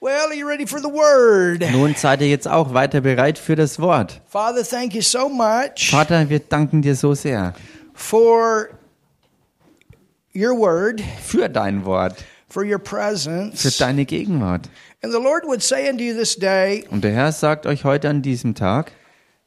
Well, are you ready for the word? Nun seid ihr jetzt auch weiter bereit für das Wort. Father, thank you so much Vater, wir danken dir so sehr for your word, für dein Wort, for your für presence. deine Gegenwart. And the Lord would say unto you this day Und der Herr sagt euch heute an diesem Tag,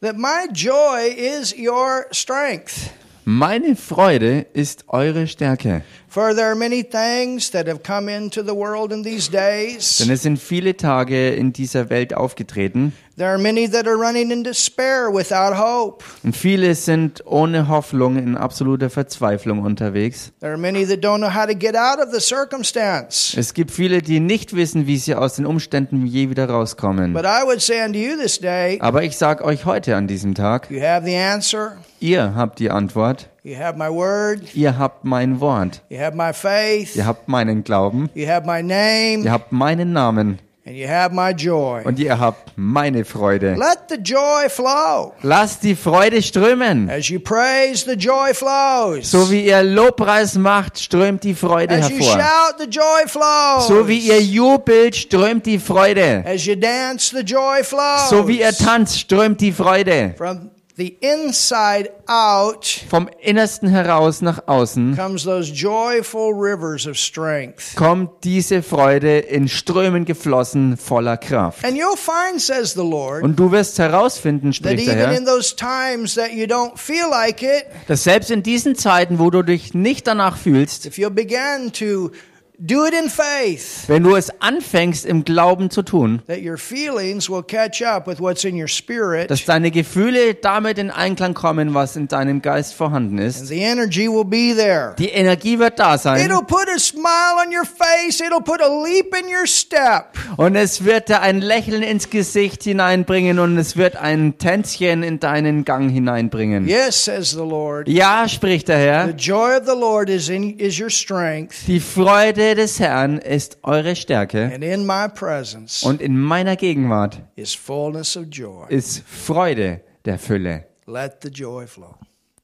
that my joy is your strength. meine Freude ist eure Stärke. For there are many things that have come into the world in these days. Denn es sind viele Tage in dieser Welt aufgetreten There are many that are running in despair without hope. und viele sind ohne Hoffnung in absoluter Verzweiflung unterwegs. There are many that don't know how to get out of the circumstance. Es gibt viele, die nicht wissen, wie sie aus den Umständen je wieder rauskommen. But I would say unto you this day, Aber ich sage euch heute an diesem Tag, you have the answer, ihr habt die Antwort, you have my word, ihr habt mein Wort, you have my faith, ihr habt meinen Glauben, you have my name, ihr habt meinen Namen and you have my joy. und ihr habt meine Freude. Let the joy flow. Lasst die Freude strömen. As you praise, the joy flows. So wie ihr Lobpreis macht, strömt die Freude As you hervor. shout, the joy flows. So wie ihr jubelt, strömt die Freude. As you dance, the joy flows. So wie ihr tanzt, strömt die Freude. From the inside out Vom Innersten heraus nach außen comes those joyful rivers of strength. kommt diese Freude in Strömen geflossen voller Kraft. And you'll find, says the Lord, Und du wirst herausfinden, that spricht der even Herr, in those times that you don't feel like it, dass selbst in diesen Zeiten, wo du dich nicht danach fühlst, if you'll begin to do it in faith, wenn du es anfängst, im Glauben zu tun, that your feelings will catch up with what's in your spirit. dass deine Gefühle damit in Einklang kommen, was in deinem Geist vorhanden ist. The energy will be there. Die Energie wird da sein It'll put a smile on your face. It'll put a leap in your step. und es wird dir ein Lächeln ins Gesicht hineinbringen und es wird ein Tänzchen in deinen Gang hineinbringen. Yes, says the Lord. Ja, spricht der The Herr, joy of the Lord is in is your strength, die Freude des Herrn ist eure Stärke and in my presence und in meiner Gegenwart is fullness of joy. ist Freude der Fülle. Let the joy flow.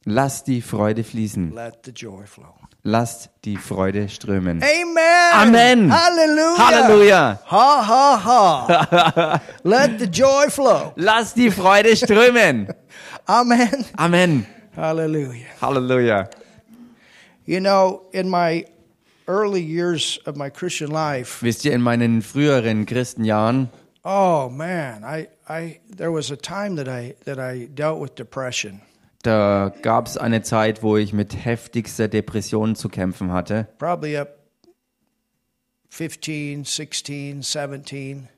Lasst die Freude fließen, Let the joy flow. lasst die Freude strömen. Amen. Amen. Hallelujah. Halleluja! Ha ha ha. Let the joy flow. Lasst die Freude strömen! Amen. Amen! Hallelujah. Halleluja! You know, in my early years of my Christian life, Wisst ihr, in meinen früheren Christenjahren, oh man, I, I there was a time that I that I dealt with depression. da gab es eine Zeit, wo ich mit heftigster Depression zu kämpfen hatte. Probably up 15, 16, 17.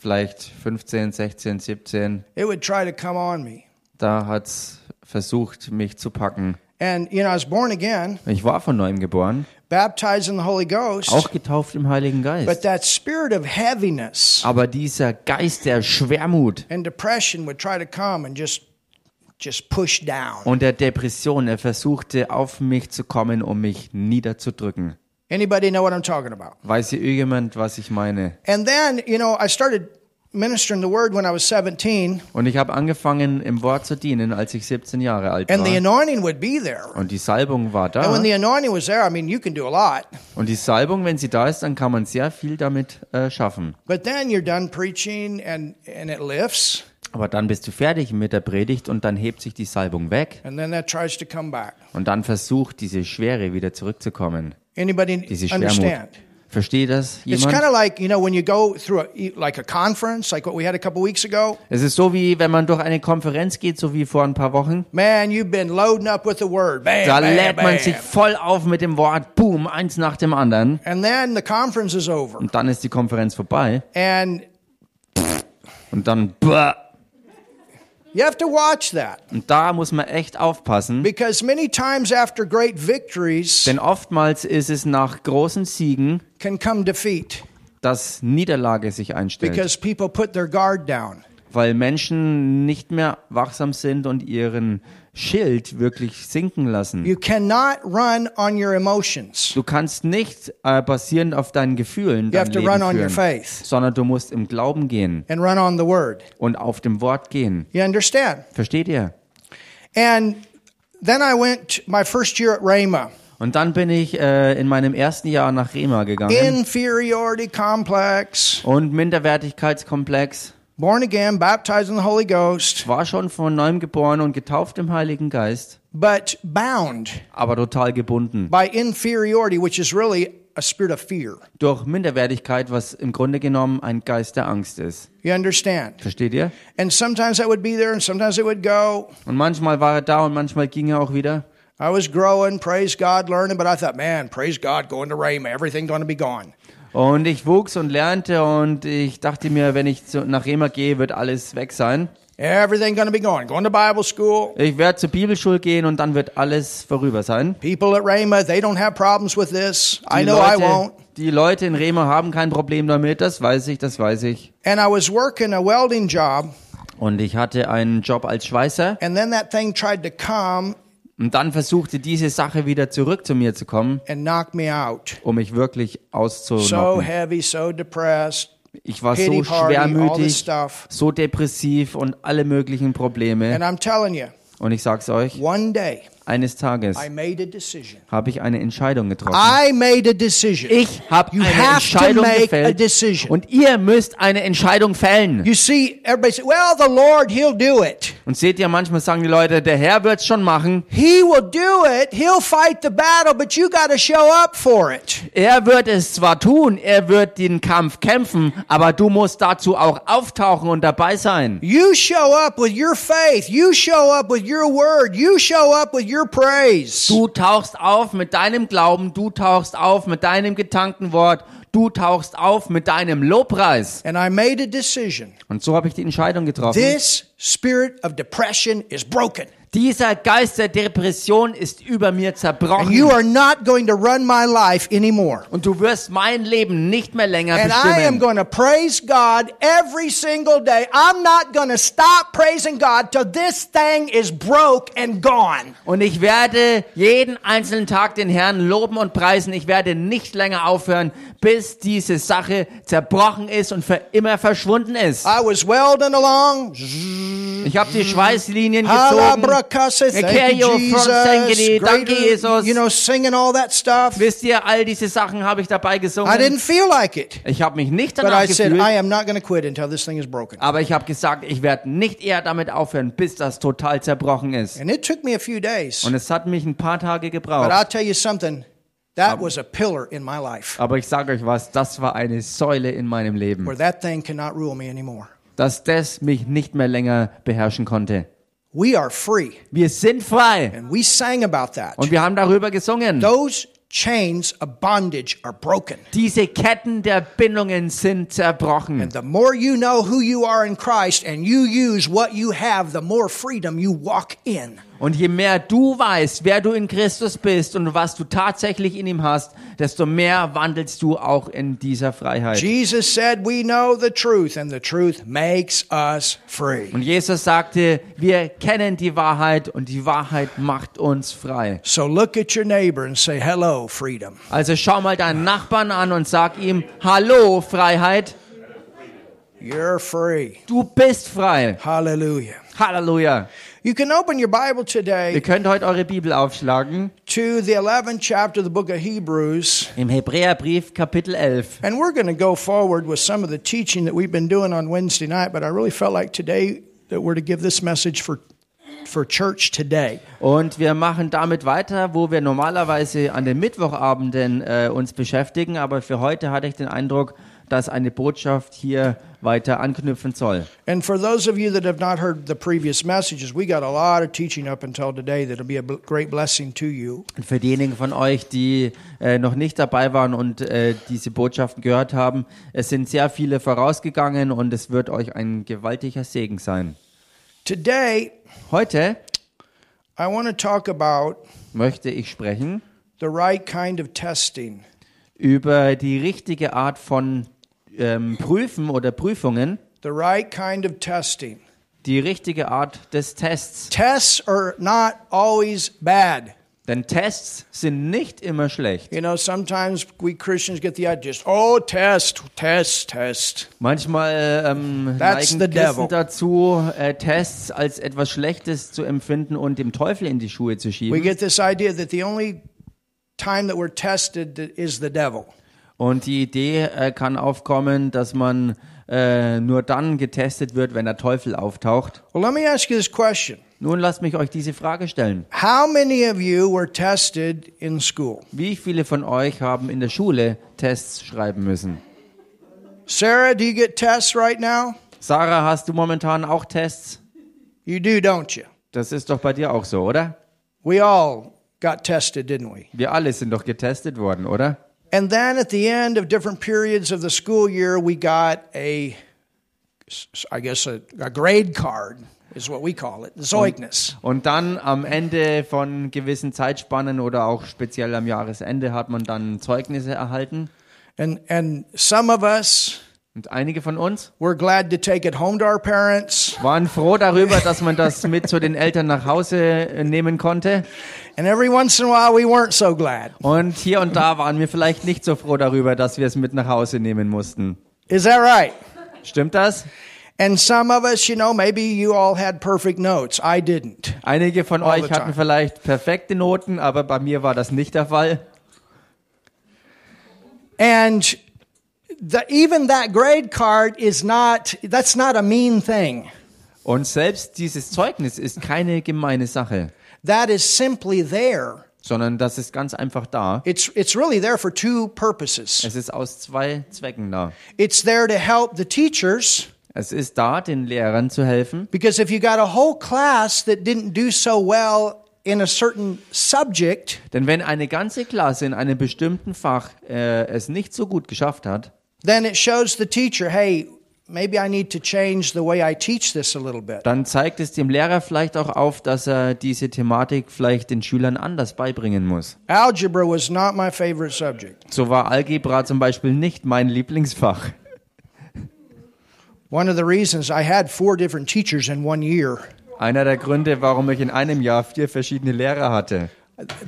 Vielleicht 15, 16, 17. It would try to come on me. Da hat's versucht, mich zu packen. And you know, I was born again, Ich war von neuem geboren, baptized in the Holy Ghost. auch getauft im Heiligen But Geist. that spirit of heaviness Aber dieser Geist der Schwermut and depression would try to come and just just push down. und der Depression, er versuchte auf mich zu kommen, um mich niederzudrücken. Anybody know what I'm talking about? Weiß hier irgendjemand, was ich meine? And then, you know, I started ministering the word when I was 17 Und ich habe angefangen, im Wort zu dienen, als ich 17 Jahre alt and the war. anointing would be there. Und die Salbung war And da. when the anointing was there, I mean, you can do a lot. Und die Salbung, wenn sie da ist, dann kann man sehr viel damit äh, schaffen. But then you're done preaching and and it lifts Aber dann bist du fertig mit der Predigt und dann hebt sich die Salbung weg and then that tries to come back. und dann versucht diese Schwere wieder zurückzukommen. Diese Anybody Schwermut. understand? Versteht das It's kind jemand? of like, you know, when you go through a, e, like a conference, like what we had a couple weeks ago. Es ist so wie, wenn man durch eine Konferenz geht, so wie vor ein paar Wochen. Man, you've been loading up with the word. Bam, Da bam, lädt man bam. sich voll auf mit dem Wort, boom, eins nach dem anderen. And then the conference is over. Und dann ist die Konferenz vorbei And und dann, bäh. you have to watch that und da muss man echt aufpassen. because many times after great victories Denn oftmals ist es nach großen Siegen, can come defeat dass Niederlage sich einstellt. because people put their guard down. weil Menschen nicht mehr wachsam sind und ihren Schild wirklich sinken lassen. You cannot run on your emotions. Du kannst nicht äh, basierend auf deinen Gefühlen dein have to Leben run on your führen, faith. sondern du musst im Glauben gehen and run on the word. und auf dem Wort gehen. You understand? Versteht ihr? And then I went my first year at Rhema. Und dann bin ich äh, in meinem ersten Jahr nach Rema gegangen inferiority complex, und Minderwertigkeitskomplex born again, baptized in the Holy Ghost, war schon von neuem geboren und getauft im Heiligen Geist, but bound aber total gebunden by inferiority, which is really a spirit of fear. durch Minderwertigkeit, was im Grunde genommen ein Geist der Angst ist. You understand? Versteht ihr? And sometimes that would be there and sometimes it would go. Und manchmal war er da und manchmal ging er auch wieder. I was growing, praise God, learning, but I thought, man, praise God, going to Rhema, everything going to be gone. Und ich wuchs und lernte und ich dachte mir, wenn ich zu, nach Rema gehe, wird alles weg sein. Everything going to be gone. Going to Bible school. Ich werde zur Bibelschule gehen und dann wird alles vorüber sein. People at Rhema, they don't have problems with this. I Die know I Leute, won't. die Leute in Rema haben kein Problem damit, das weiß ich, das weiß ich. And I was working a welding job, Und ich hatte einen Job als Schweißer and then that thing tried to come und dann versuchte diese Sache wieder zurück zu mir zu kommen, and knock me out. um mich wirklich So auszunocken. heavy, so depressed. Ich war pity so party, all this schwermütig, stuff. so depressiv und alle möglichen And Probleme. I'm telling you, Und ich sag's euch, one day eines Tages I made a decision. habe ich eine Entscheidung getroffen. I made a decision. Ich habe You eine have to Entscheidung make a gefällt decision. und ihr müsst eine Entscheidung fällen. You see, everybody said, well, the Lord, He'll do it. Und seht ihr, manchmal sagen die Leute, der Herr wird's schon machen. He will do it. He'll fight the battle, but you got to show up for it. Er wird es zwar tun, er wird den Kampf kämpfen, aber du musst dazu auch auftauchen und dabei sein. You show up with your faith. You show up with your word. You show up with your praise. Du tauchst auf mit deinem Glauben, du tauchst auf mit deinem Gedankenwort, du tauchst auf mit deinem Lobpreis. And I made a decision. Und so habe ich die Entscheidung getroffen. This spirit of depression is broken. Dieser Geist der Depression ist über mir And you zerbrochen. are not going to run my life anymore. Und du wirst mein Leben nicht mehr länger And I am bestimmen. going to praise God every single day. I'm not going to stop praising God till this thing is broke and gone. Und ich werde jeden einzelnen Tag den Herrn loben und preisen. Ich werde nicht länger aufhören, bis diese Sache zerbrochen ist und für immer verschwunden ist. I was welding along. Ich habe die Schweißlinien gezogen. Halabrakase, Mm. thank you, Ekerio, Jesus. Frontsengedi, danke Greater, Jesus. you know, singing all that stuff. Wisst ihr, all diese Sachen habe ich dabei I didn't gesungen. feel like it. Ich habe mich nicht But I danach said, I gefühlt, am not going to quit until this thing is broken. aber ich habe gesagt, ich werde nicht eher damit aufhören, bis das total zerbrochen ist. And it took me a few days. Und es hat mich ein paar Tage But gebraucht. I'll tell you something. That was a pillar in my life Aber ich sage euch was, das war eine Säule in meinem Leben, where that thing cannot rule me anymore. dass das mich nicht mehr länger beherrschen konnte. We are free. Wir sind frei. And we sang about that. Und wir haben darüber gesungen. Those chains of bondage are broken. Diese Ketten der Bindungen sind zerbrochen. The more you know who you are in Christ and you use what you have, the more freedom you walk in. Und je mehr du weißt, wer du in Christus bist und was du tatsächlich in ihm hast, desto mehr wandelst du auch in dieser Freiheit. Jesus said, We know the truth, and the truth makes us free. Und Jesus sagte, wir kennen die Wahrheit und die Wahrheit macht uns frei. So look at your neighbor and say, Hello, freedom. Also schau mal deinen Nachbarn an und sag ihm, hallo Freiheit, You're free. du bist frei. Hallelujah. Halleluja. You can open your Bible Ihr today könnt heute eure Bibel aufschlagen to the 11th chapter of the book of Hebrews, im Hebräerbrief Kapitel 11. and we're going to go forward with some of the teaching that we've been doing on Wednesday night, but I really felt like today that we're to give this message for, for church today. Und wir machen damit weiter, wo wir normalerweise an den Mittwochabenden äh, uns beschäftigen. Aber für heute hatte ich den Eindruck, dass eine Botschaft hier weiter anknüpfen soll. And for those of you that have not heard the previous messages, we got a lot of teaching up until today that'll be a bl- great blessing to you. Und für diejenigen von euch, die äh, noch nicht dabei waren und äh, diese Botschaften gehört haben, es sind sehr viele vorausgegangen und es wird euch ein gewaltiger Segen sein. Today, Heute I want to talk about möchte ich sprechen the right kind of testing. über die richtige Art von ähm, Prüfen oder Prüfungen, The right kind of testing. die richtige Art des Tests. Tests are not always bad. Denn Tests sind nicht immer schlecht. You know, sometimes we Christians get the idea just, oh, test, test, test. Manchmal ähm, That's neigen the Christen devil. dazu, äh, Tests als etwas Schlechtes zu empfinden und dem Teufel in die Schuhe zu We schieben. get this idea that the only time that we're tested is the devil. Und die Idee äh, kann aufkommen, dass man äh, nur dann getestet wird, wenn der Teufel auftaucht. Well, let me ask you this question. Nun lasst mich euch diese Frage stellen. How many of you were tested in school? Wie viele von euch haben in der Schule Tests schreiben müssen? Sarah, do you get tests right now? Sarah, hast du momentan auch Tests? You do, don't you? Das ist doch bei dir auch so, oder? We all got tested, didn't we? Wir alle sind doch getestet worden, oder? And then at the end of different periods of the school year, we got a, I guess, a, a grade card is what we call it, Zeugnis. Und dann am Ende von gewissen Zeitspannen oder auch speziell am Jahresende hat man dann Zeugnisse erhalten. And, and some of us Und einige von uns were glad to take it home to our parents, waren froh darüber, dass man das mit zu den Eltern nach Hause äh, nehmen konnte. and every once in a while, we weren't so glad. Und hier und da waren wir vielleicht nicht so froh darüber, dass wir es mit nach Hause nehmen mussten. Is that right? Stimmt das? And some of us, you know, maybe you all had perfect notes. I didn't. Einige von All the euch hatten time. vielleicht perfekte Noten, aber bei mir war das nicht der Fall. And the, even that grade card is not, that's not a mean thing. Und selbst dieses Zeugnis ist keine gemeine Sache, That is simply there. sondern das ist ganz einfach da. It's, it's really there for two purposes. Es ist aus zwei Zwecken da. It's there to help the teachers, Es ist da, den Lehrern zu helfen, because if you got a whole class that didn't do so well in a certain subject, denn wenn eine ganze Klasse in einem bestimmten Fach äh, es nicht so gut geschafft hat, then it shows the teacher, hey, maybe I need to change the way I teach this a little bit. dann zeigt es dem Lehrer vielleicht auch auf, dass er diese Thematik vielleicht den Schülern anders beibringen muss. Algebra was not my favorite subject. So war Algebra zum Beispiel nicht mein Lieblingsfach. One of the reasons I had four different teachers in one year. Einer der Gründe, warum ich in einem Jahr vier verschiedene Lehrer hatte.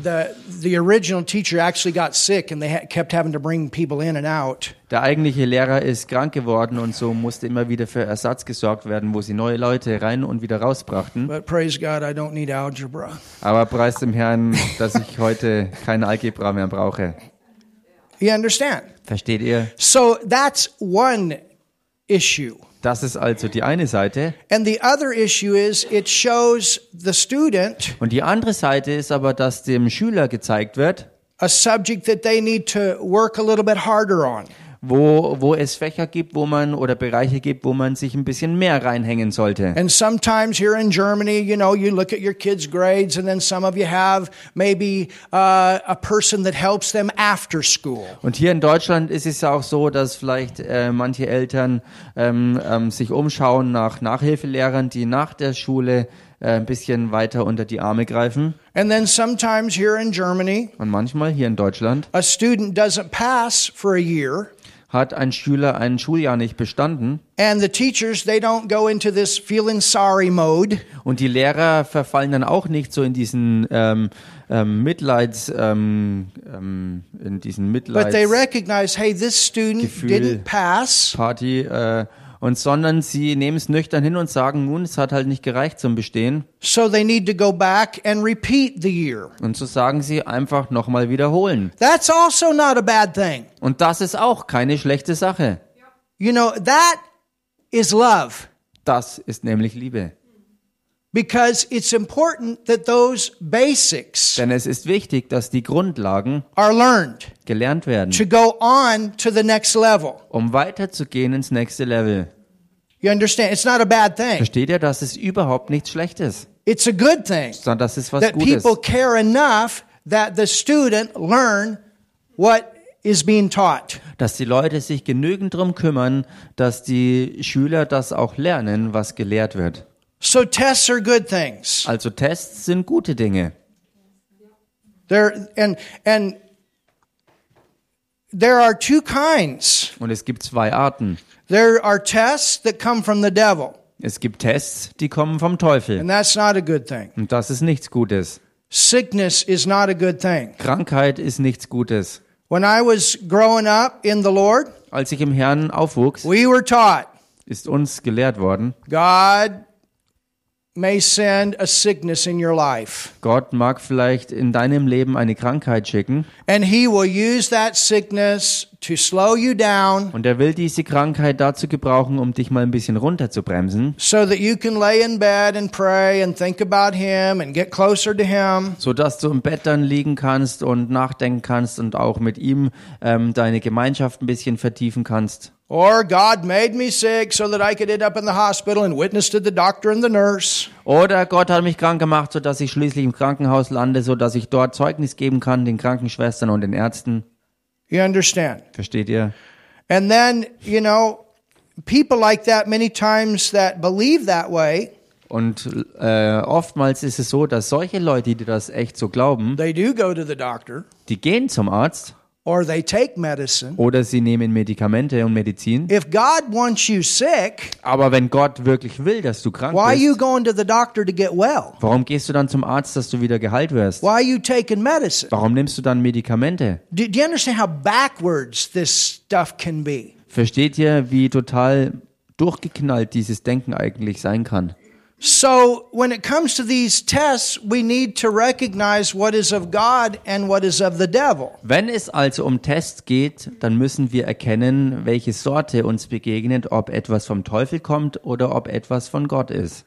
The, the original teacher actually got sick and they ha- kept having to bring people in and out. Der eigentliche Lehrer ist krank geworden und so musste immer wieder für Ersatz gesorgt werden, wo sie neue Leute rein und wieder rausbrachten. But praise God, I don't need algebra. Aber preis dem Herrn, dass ich heute kein Algebra mehr brauche. You understand? Versteht ihr? So that's one issue. Das ist also die eine Seite. And the other issue is it shows the student Und die andere Seite ist aber, dass dem Schüler gezeigt wird, a subject that they need to work a little bit harder on. wo, wo es Fächer gibt, wo man oder Bereiche gibt, wo man sich ein bisschen mehr reinhängen sollte. And sometimes here in Germany, you know, you look at your kids' grades, and then some of you have maybe uh, a person that helps them after school. Und hier in Deutschland ist es ja auch so, dass vielleicht äh, manche Eltern ähm, ähm, sich umschauen nach Nachhilfelehrern, die nach der Schule äh, ein bisschen weiter unter die Arme greifen. And then sometimes here in Germany, Und manchmal hier in Deutschland a student doesn't pass for a year, hat ein Schüler ein Schuljahr nicht bestanden and the teachers, they don't go into this feeling sorry mode. und die Lehrer verfallen dann auch nicht so in diesen ähm, ähm, Mitleids ähm, ähm, in diesen But they Mitleids recognize, hey, this student Gefühl. didn't pass. Party äh, und sondern sie nehmen es nüchtern hin und sagen, nun, es hat halt nicht gereicht zum Bestehen. So they need to go back and repeat the year. Und so sagen sie einfach nochmal wiederholen. That's also not a bad thing. Und das ist auch keine schlechte Sache. You know, that is love Das ist nämlich Liebe. because it's important that those basics Denn es ist wichtig, dass die Grundlagen are learned gelernt werden, to go on to the next level. um weiterzugehen ins nächste Level. You understand? It's not a bad thing. Versteht ihr, das ist überhaupt nichts Schlechtes, It's a good thing sondern das ist was that Gutes. people care enough that the student learn what is being taught. Dass die Leute sich genügend drum kümmern, dass die Schüler das auch lernen, was gelehrt wird. So tests are good things. Also Tests sind gute Dinge. There and and there are two kinds. Und es gibt zwei Arten. There are tests that come from the devil, Es gibt Tests, die kommen vom Teufel. and that's not a good thing. Und das ist nichts Gutes. Sickness is not a good thing. Krankheit ist nichts Gutes. When I was growing up in the Lord, Als ich im Herrn aufwuchs, we were taught ist uns gelehrt worden, God may send a sickness in your life, Gott mag vielleicht in deinem Leben eine Krankheit schicken and He will use that sickness to slow you down und er will diese Krankheit dazu gebrauchen, um dich mal ein bisschen runterzubremsen, so that you can lay in bed and pray and think about Him and get closer to Him. sodass du im Bett dann liegen kannst und nachdenken kannst und auch mit ihm ähm, deine Gemeinschaft ein bisschen vertiefen kannst. Or God made me sick so that I could end up in the hospital and witness to the doctor and the nurse. Oder Gott hat mich krank gemacht, sodass ich schließlich im Krankenhaus lande, sodass ich dort Zeugnis geben kann, den Krankenschwestern und den Ärzten. You understand? Versteht ihr? And then, you know, people like that many times that believe that way, Und äh, oftmals ist es so, dass solche Leute, die das echt so glauben, they do go to the doctor die gehen zum Arzt or they take medicine. oder sie nehmen Medikamente und Medizin. If God wants you sick, Aber wenn Gott wirklich will, dass du krank why are you bist, going to the doctor to get well? warum gehst du dann zum Arzt, dass du wieder geheilt wirst? Why are you taking medicine? Warum nimmst du dann Medikamente? Do, do you understand how backwards this stuff can be? Versteht ihr, wie total durchgeknallt dieses Denken eigentlich sein kann? So, when it comes to these tests, we need to recognize what is of God and what is of the devil. Wenn es also um Tests geht, dann müssen wir erkennen, welche Sorte uns begegnet, ob etwas vom Teufel kommt oder ob etwas von Gott ist.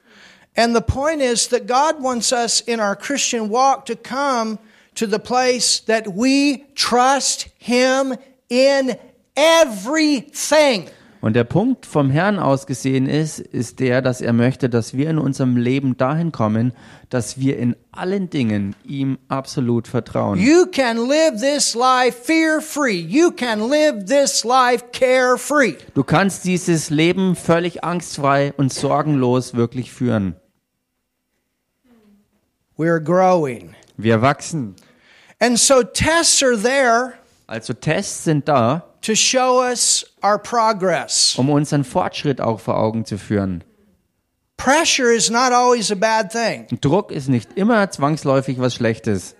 And the point is that God wants us in our Christian walk to come to the place that we trust Him in everything. Und der Punkt vom Herrn aus gesehen ist, ist der, dass er möchte, dass wir in unserem Leben dahin kommen, dass wir in allen Dingen ihm absolut vertrauen. You can live this life fear free. You can live this life carefree. Du kannst dieses Leben völlig angstfrei und sorgenlos wirklich führen. We're growing. Wir wachsen. And so tests are there Also Tests sind da, to show us our progress. um unseren Fortschritt auch vor Augen zu führen. Pressure is not always a bad thing. Druck ist nicht immer zwangsläufig was Schlechtes.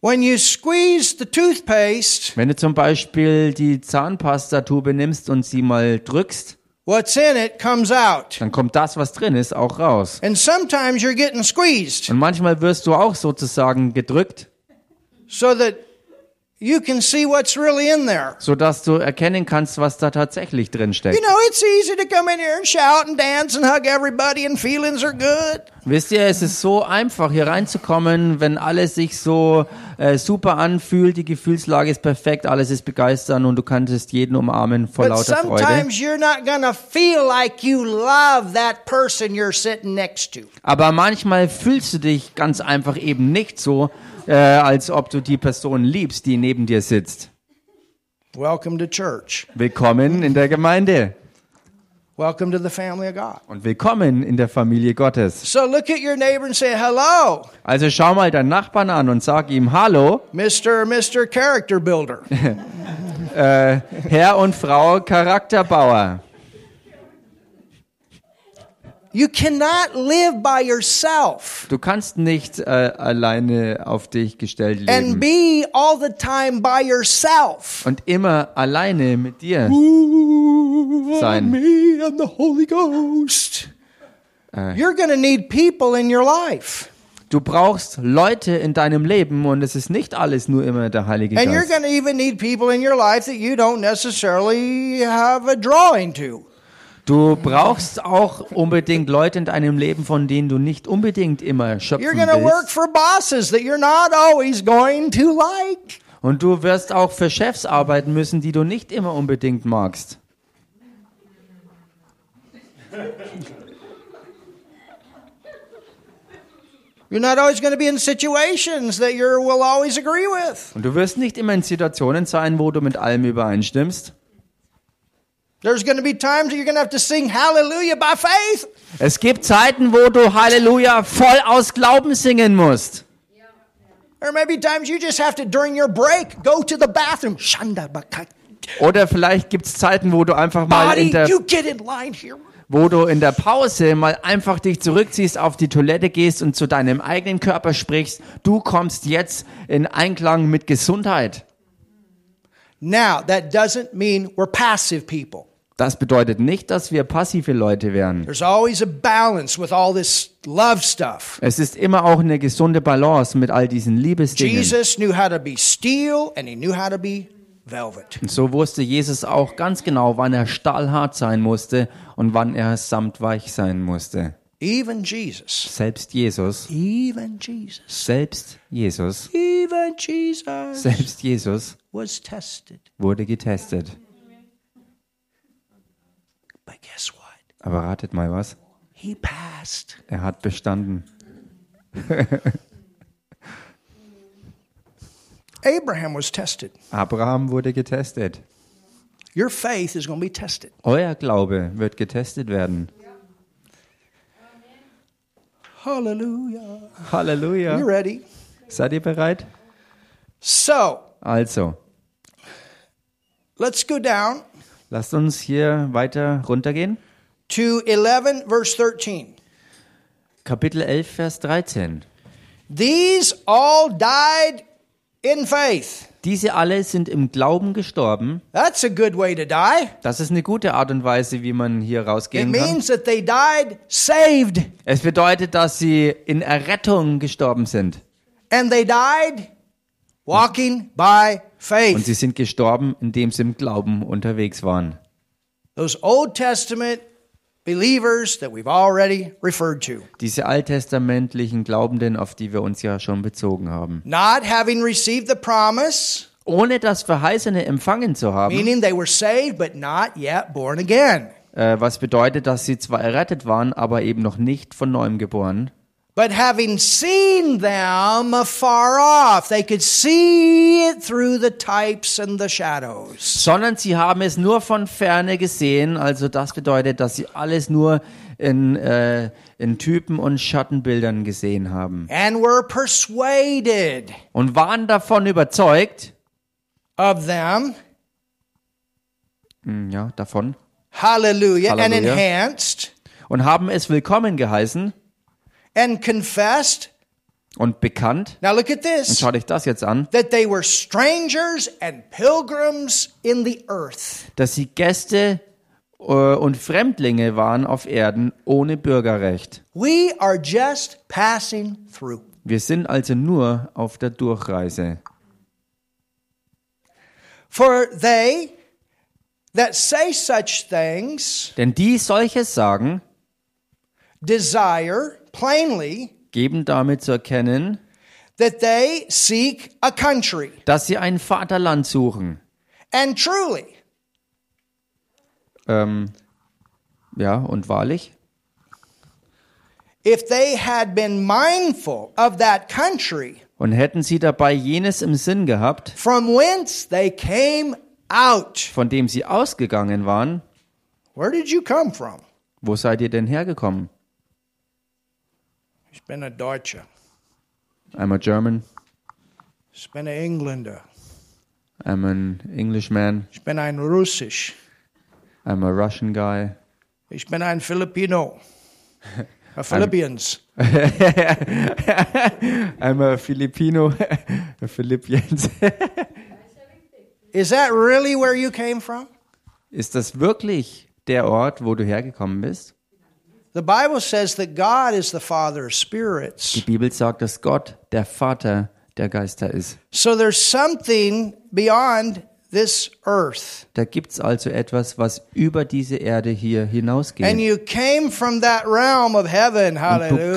When you squeeze the toothpaste, Wenn du zum Beispiel die Zahnpastatube nimmst und sie mal drückst, what's in it comes out. dann kommt das, was drin ist, auch raus. And sometimes you're getting squeezed Und manchmal wirst du auch sozusagen gedrückt, so that you can see what's really in there. sodass du erkennen kannst, was da tatsächlich drin You steckt. know, it's easy to come in here and shout and dance and hug everybody, and feelings are good. Wisst ihr, es ist so einfach, hier reinzukommen, wenn alles sich so äh, super anfühlt, die Gefühlslage ist perfekt, alles ist begeistern und du kannst jeden umarmen vor But lauter Freude. sometimes you're not going to feel like you love that person you're sitting next to. Aber manchmal fühlst du dich ganz einfach eben nicht so, äh, als ob du die Person liebst, die neben dir sitzt. Welcome to church. Willkommen in der Gemeinde Welcome to the family of God. und willkommen in der Familie Gottes. So look at your neighbor and say, Hello, Also schau mal deinen Nachbarn an und sag ihm Hallo, Mr. Mr. Character Builder. Herr und Frau Charakterbauer. you cannot live by yourself Du kannst nicht äh, alleine auf dich gestellt and leben be all the time by yourself. und immer alleine mit dir Move Sein. on me and the Holy Ghost. You're going to need people in your life. Du brauchst Leute in deinem Leben und es ist nicht alles nur immer der Heilige And you're Geist. going to even need people in your life that you don't necessarily have a drawing to. Du brauchst auch unbedingt Leute in deinem Leben, von denen du nicht unbedingt immer schöpfen You're going to work willst. for bosses that you're not always going to like. Und du wirst auch für Chefs arbeiten müssen, die du nicht immer unbedingt magst. You're not always going to be in situations that you will always agree with. Und du wirst nicht immer in Situationen sein, wo du mit allem übereinstimmst. There's going to be times that you're going to have to sing hallelujah by faith. Es gibt Zeiten, wo du Halleluja voll aus Glauben singen musst. There may be times you just have to, during your break, go to the bathroom. Shanda baka- Oder vielleicht gibt es Zeiten, wo du einfach mal in Body, der, you get in line here. wo du in der Pause mal einfach dich zurückziehst, auf die Toilette gehst und zu deinem eigenen Körper sprichst. Du kommst jetzt in Einklang mit Gesundheit. Now, that doesn't mean we're passive people. Das bedeutet nicht, dass wir passive Leute wären. There's always a balance with all this love stuff. Es ist immer auch eine gesunde Balance mit all diesen Liebesdingen. Jesus knew how to be steel and he knew how to be velvet. Und so wusste Jesus auch ganz genau, wann er stahlhart sein musste und wann er samtweich sein musste. Even Jesus. Selbst Jesus, Even Jesus. selbst Jesus, Even Jesus selbst Jesus was tested. wurde getestet. But guess what? Aber ratet mal was, He passed. er hat bestanden. Abraham was tested. Abraham wurde getestet. Your faith is going to be tested. Euer Glaube wird getestet werden. Hallelujah. You Halleluja. ready? Seid ihr bereit? So, Also, let's go down lasst uns hier weiter runtergehen. to 11 verse 13. Kapitel 11, Vers 13. These all died in faith. Diese alle sind im Glauben gestorben. That's a good way to die. Das ist eine gute Art und Weise, wie man hier It rausgehen kann. means that they died saved Es bedeutet, dass sie in Errettung gestorben sind. and they died walking by Und faith. sie sind gestorben, indem sie im Glauben unterwegs waren. Those Old Testament believers that we've already referred to, Diese alttestamentlichen Glaubenden, auf die wir uns ja schon bezogen haben. not having received the promise, Ohne das Verheißene empfangen zu haben, meaning they were saved but not yet born again, äh, was bedeutet, dass sie zwar errettet waren, aber eben noch nicht von neuem geboren. but having seen them afar off. They could see it through the types and the shadows. sondern sie haben es nur von ferne gesehen. Also das bedeutet, dass sie alles nur in, äh, in Typen und Schattenbildern gesehen haben And were persuaded und waren davon überzeugt. of them, Hm, Ja, davon. hallelujah, and Hallelujah. enhanced, Und haben es willkommen geheißen and confessed. und bekannt. Now look at this. Schaut euch das jetzt an, that they were strangers and pilgrims in the earth. dass sie Gäste äh, und Fremdlinge waren auf Erden ohne Bürgerrecht. We are just passing through. Wir sind also nur auf der Durchreise. For they that say such things Denn die solches sagen, desire plainly geben damit zu erkennen, that they seek a country. dass sie ein Vaterland suchen. And truly, Ähm, ja, und wahrlich, if they had been mindful of that country und hätten sie dabei jenes im Sinn gehabt, from whence they came out, von dem sie ausgegangen waren, where did you come from? wo seid ihr denn hergekommen? Ich bin a Deutscher. I'm a German, Ich bin ein Engländer. I'm an Englishman, Ich bin ein Russisch. I'm a Russian guy. Ich bin ein Filipino. A Philippians. I'm a Filipino, a Philippians. Is that really where you came from? Ist das wirklich der Ort, wo du hergekommen bist? The Bible says that God is the Father of Die spirits. Bibel sagt, dass Gott der Vater der Geister ist. So there's something beyond this earth. Da gibt's also etwas, was über diese Erde hier hinausgeht. And you came from that realm of heaven. Du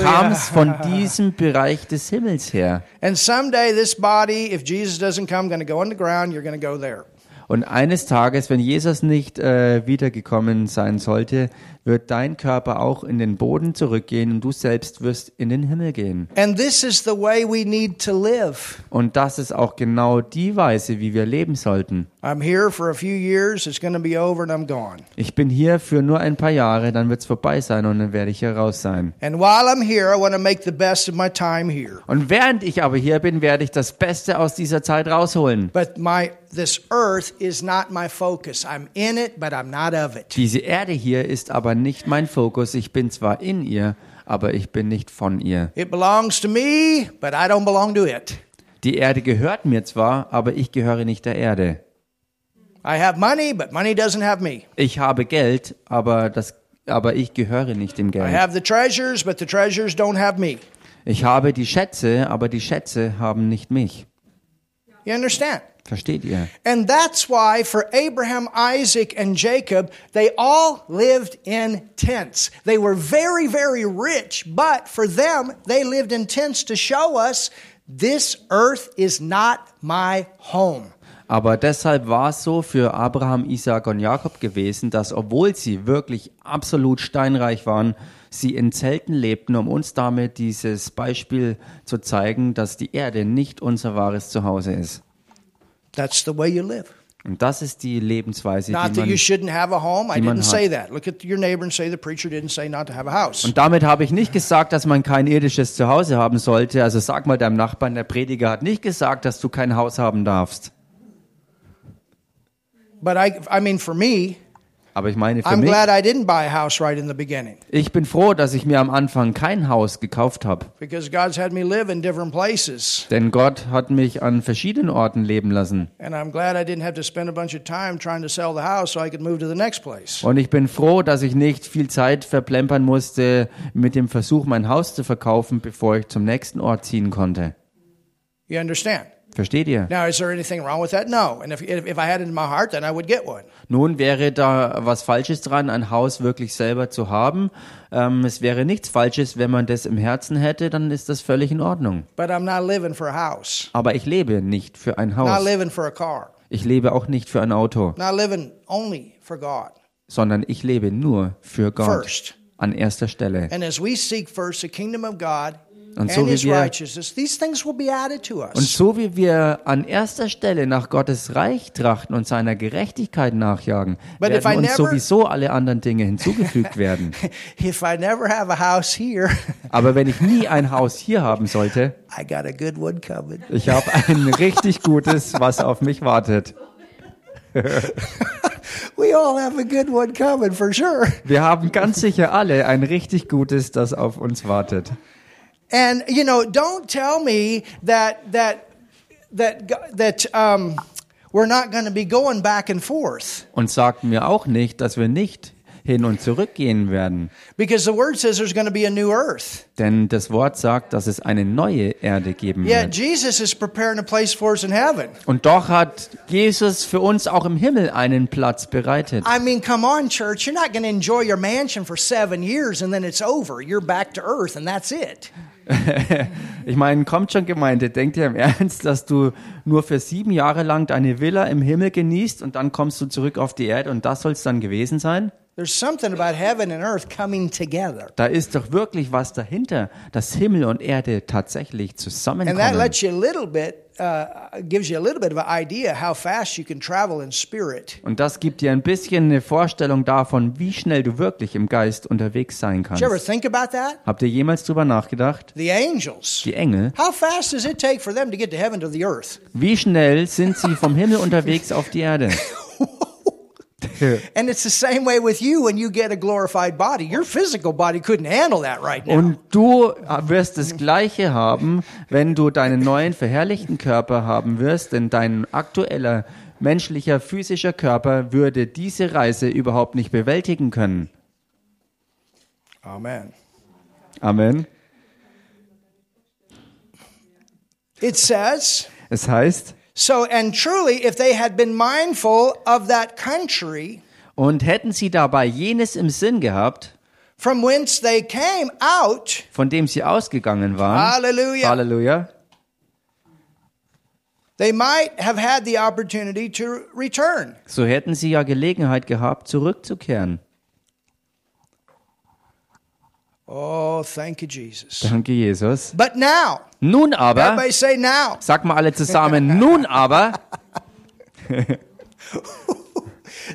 kamst Hallelujah. von diesem Bereich des Himmels her. And someday this body, if Jesus doesn't come, going to go on the ground, you're going to go there. Und eines Tages, wenn Jesus nicht äh, wiedergekommen sein sollte, wird dein Körper auch in den Boden zurückgehen und du selbst wirst in den Himmel gehen. And this is the way we need to live. Und das ist auch genau die Weise, wie wir leben sollten. I'm here for a few years. It's going to be over and I'm gone. Ich bin hier für nur ein paar Jahre, dann wird's vorbei sein und dann werde ich hier raus sein. And while I'm here, I want to make the best of my time here. Und während ich aber hier bin, werde ich das Beste aus dieser Zeit rausholen. But my this earth is not my focus. I'm in it, but I'm not of it. Diese Erde hier ist aber nicht mein Fokus. Ich bin zwar in ihr, aber ich bin nicht von ihr. It belongs to me, but I don't belong to it. Die Erde gehört mir zwar, aber ich gehöre nicht der Erde. I have money, but money doesn't have me. Ich habe Geld, aber, das, aber ich gehöre nicht dem I Geld. have the treasures, but the treasures don't have me. Ich habe die Schätze, aber die Schätze haben nicht mich. You understand? Versteht ihr? And that's why for Abraham, Isaac, and Jacob, they all lived in tents. They were very, very rich, but for them, they lived in tents to show us this earth is not my home. Aber deshalb war es so für Abraham, Isaak und Jakob gewesen, dass obwohl sie wirklich absolut steinreich waren, sie in Zelten lebten, um uns damit dieses Beispiel zu zeigen, dass die Erde nicht unser wahres Zuhause ist. That's the way you live. Und das ist die Lebensweise, Not die that you man... shouldn't have a home. I die man didn't hat. say that. Look at your neighbor and say the preacher didn't say not to have a house. Und damit habe ich nicht gesagt, dass man kein irdisches Zuhause haben sollte. Also sag mal deinem Nachbarn, der Prediger hat nicht gesagt, dass du kein Haus haben darfst. But I, I mean, for me, Aber ich meine für I'm mich, glad I didn't buy a house right in the beginning ich bin froh, dass ich mir am Anfang kein Haus gekauft habe. because God's had me live in different places. Denn Gott hat mich an verschiedenen Orten leben lassen. And I'm glad I didn't have to spend a bunch of time trying to sell the house so I could move to the next place. Und ich bin froh, dass ich nicht viel Zeit verplempern musste mit dem Versuch, mein Haus zu verkaufen, bevor ich zum nächsten Ort ziehen konnte. You understand? Versteht ihr? Now, is there anything wrong with that? No. And if, if, if I had it in my heart, then I would get one. Nun wäre da was Falsches dran, ein Haus wirklich selber zu haben. Ähm, es wäre nichts Falsches, wenn man das im Herzen hätte, dann ist das völlig in Ordnung. But I'm not living for a house, Aber ich lebe nicht für ein not Haus. living for a car, Ich lebe auch nicht für ein Auto, not living only for God. sondern ich lebe nur für Gott. First. An erster Stelle. And as we seek first the kingdom of God Und and so wie his wir- righteousness, these things will be added to Und us. so wie wir an erster Stelle nach Gottes Reich trachten und seiner Gerechtigkeit nachjagen, But if I werden uns never- sowieso alle anderen Dinge hinzugefügt werden. If I never have a house here, Aber wenn ich nie ein Haus hier haben sollte, I got a good one coming. ich habe ein richtig gutes, was auf mich wartet. We all have a good one coming for sure. Wir haben ganz sicher alle ein richtig gutes, das auf uns wartet. And you know, don't tell me that that that go- that um, we're not going to be going back and forth Und sagt mir auch nicht, dass wir nicht hin und zurück gehen werden. because the word says there's going to be a new earth. Denn das Wort sagt, dass es eine neue Erde geben Yet wird. Jesus is preparing a place for us in heaven. Und doch hat Jesus für uns auch im Himmel einen Platz bereitet. I mean, come on, church. You're not going to enjoy your mansion for seven years and then it's over. You're back to earth and that's it. Ich meine, kommt schon Gemeinde, denkt ihr im Ernst, dass du nur für sieben Jahre lang deine Villa im Himmel genießt und dann kommst du zurück auf die Erde und das soll es dann gewesen sein? There's something about heaven and earth coming together. Da ist doch wirklich was dahinter, dass Himmel und Erde tatsächlich And that zusammenkommen. lets you a little bit, uh, gives you a little bit of an idea how fast you can travel in spirit. Und das gibt dir ein bisschen eine Vorstellung davon, wie schnell du wirklich im Geist unterwegs sein Did you ever kannst. think about that? Habt ihr jemals drüber nachgedacht? The angels. Die Engel, How fast does it take for them to get to heaven to the earth? wie schnell sind sie vom Himmel unterwegs auf die Erde? And it's the same way with you when you get a glorified body. Your physical body couldn't handle that right now. Und du wirst das Gleiche haben, wenn du deinen neuen verherrlichten Körper haben wirst, denn dein aktueller menschlicher physischer Körper würde diese Reise überhaupt nicht bewältigen können. Amen. Amen. It says, Es heißt, so, and truly, if they had been mindful of that country und hätten sie dabei jenes im Sinn gehabt, from whence they came out, von dem sie ausgegangen waren, hallelujah, Halleluja, they might have had the opportunity to return. so hätten sie ja Gelegenheit gehabt, zurückzukehren. Oh, thank you, Jesus. Danke, Jesus. But now, Nun aber, everybody say now. sag mal alle zusammen, nun aber,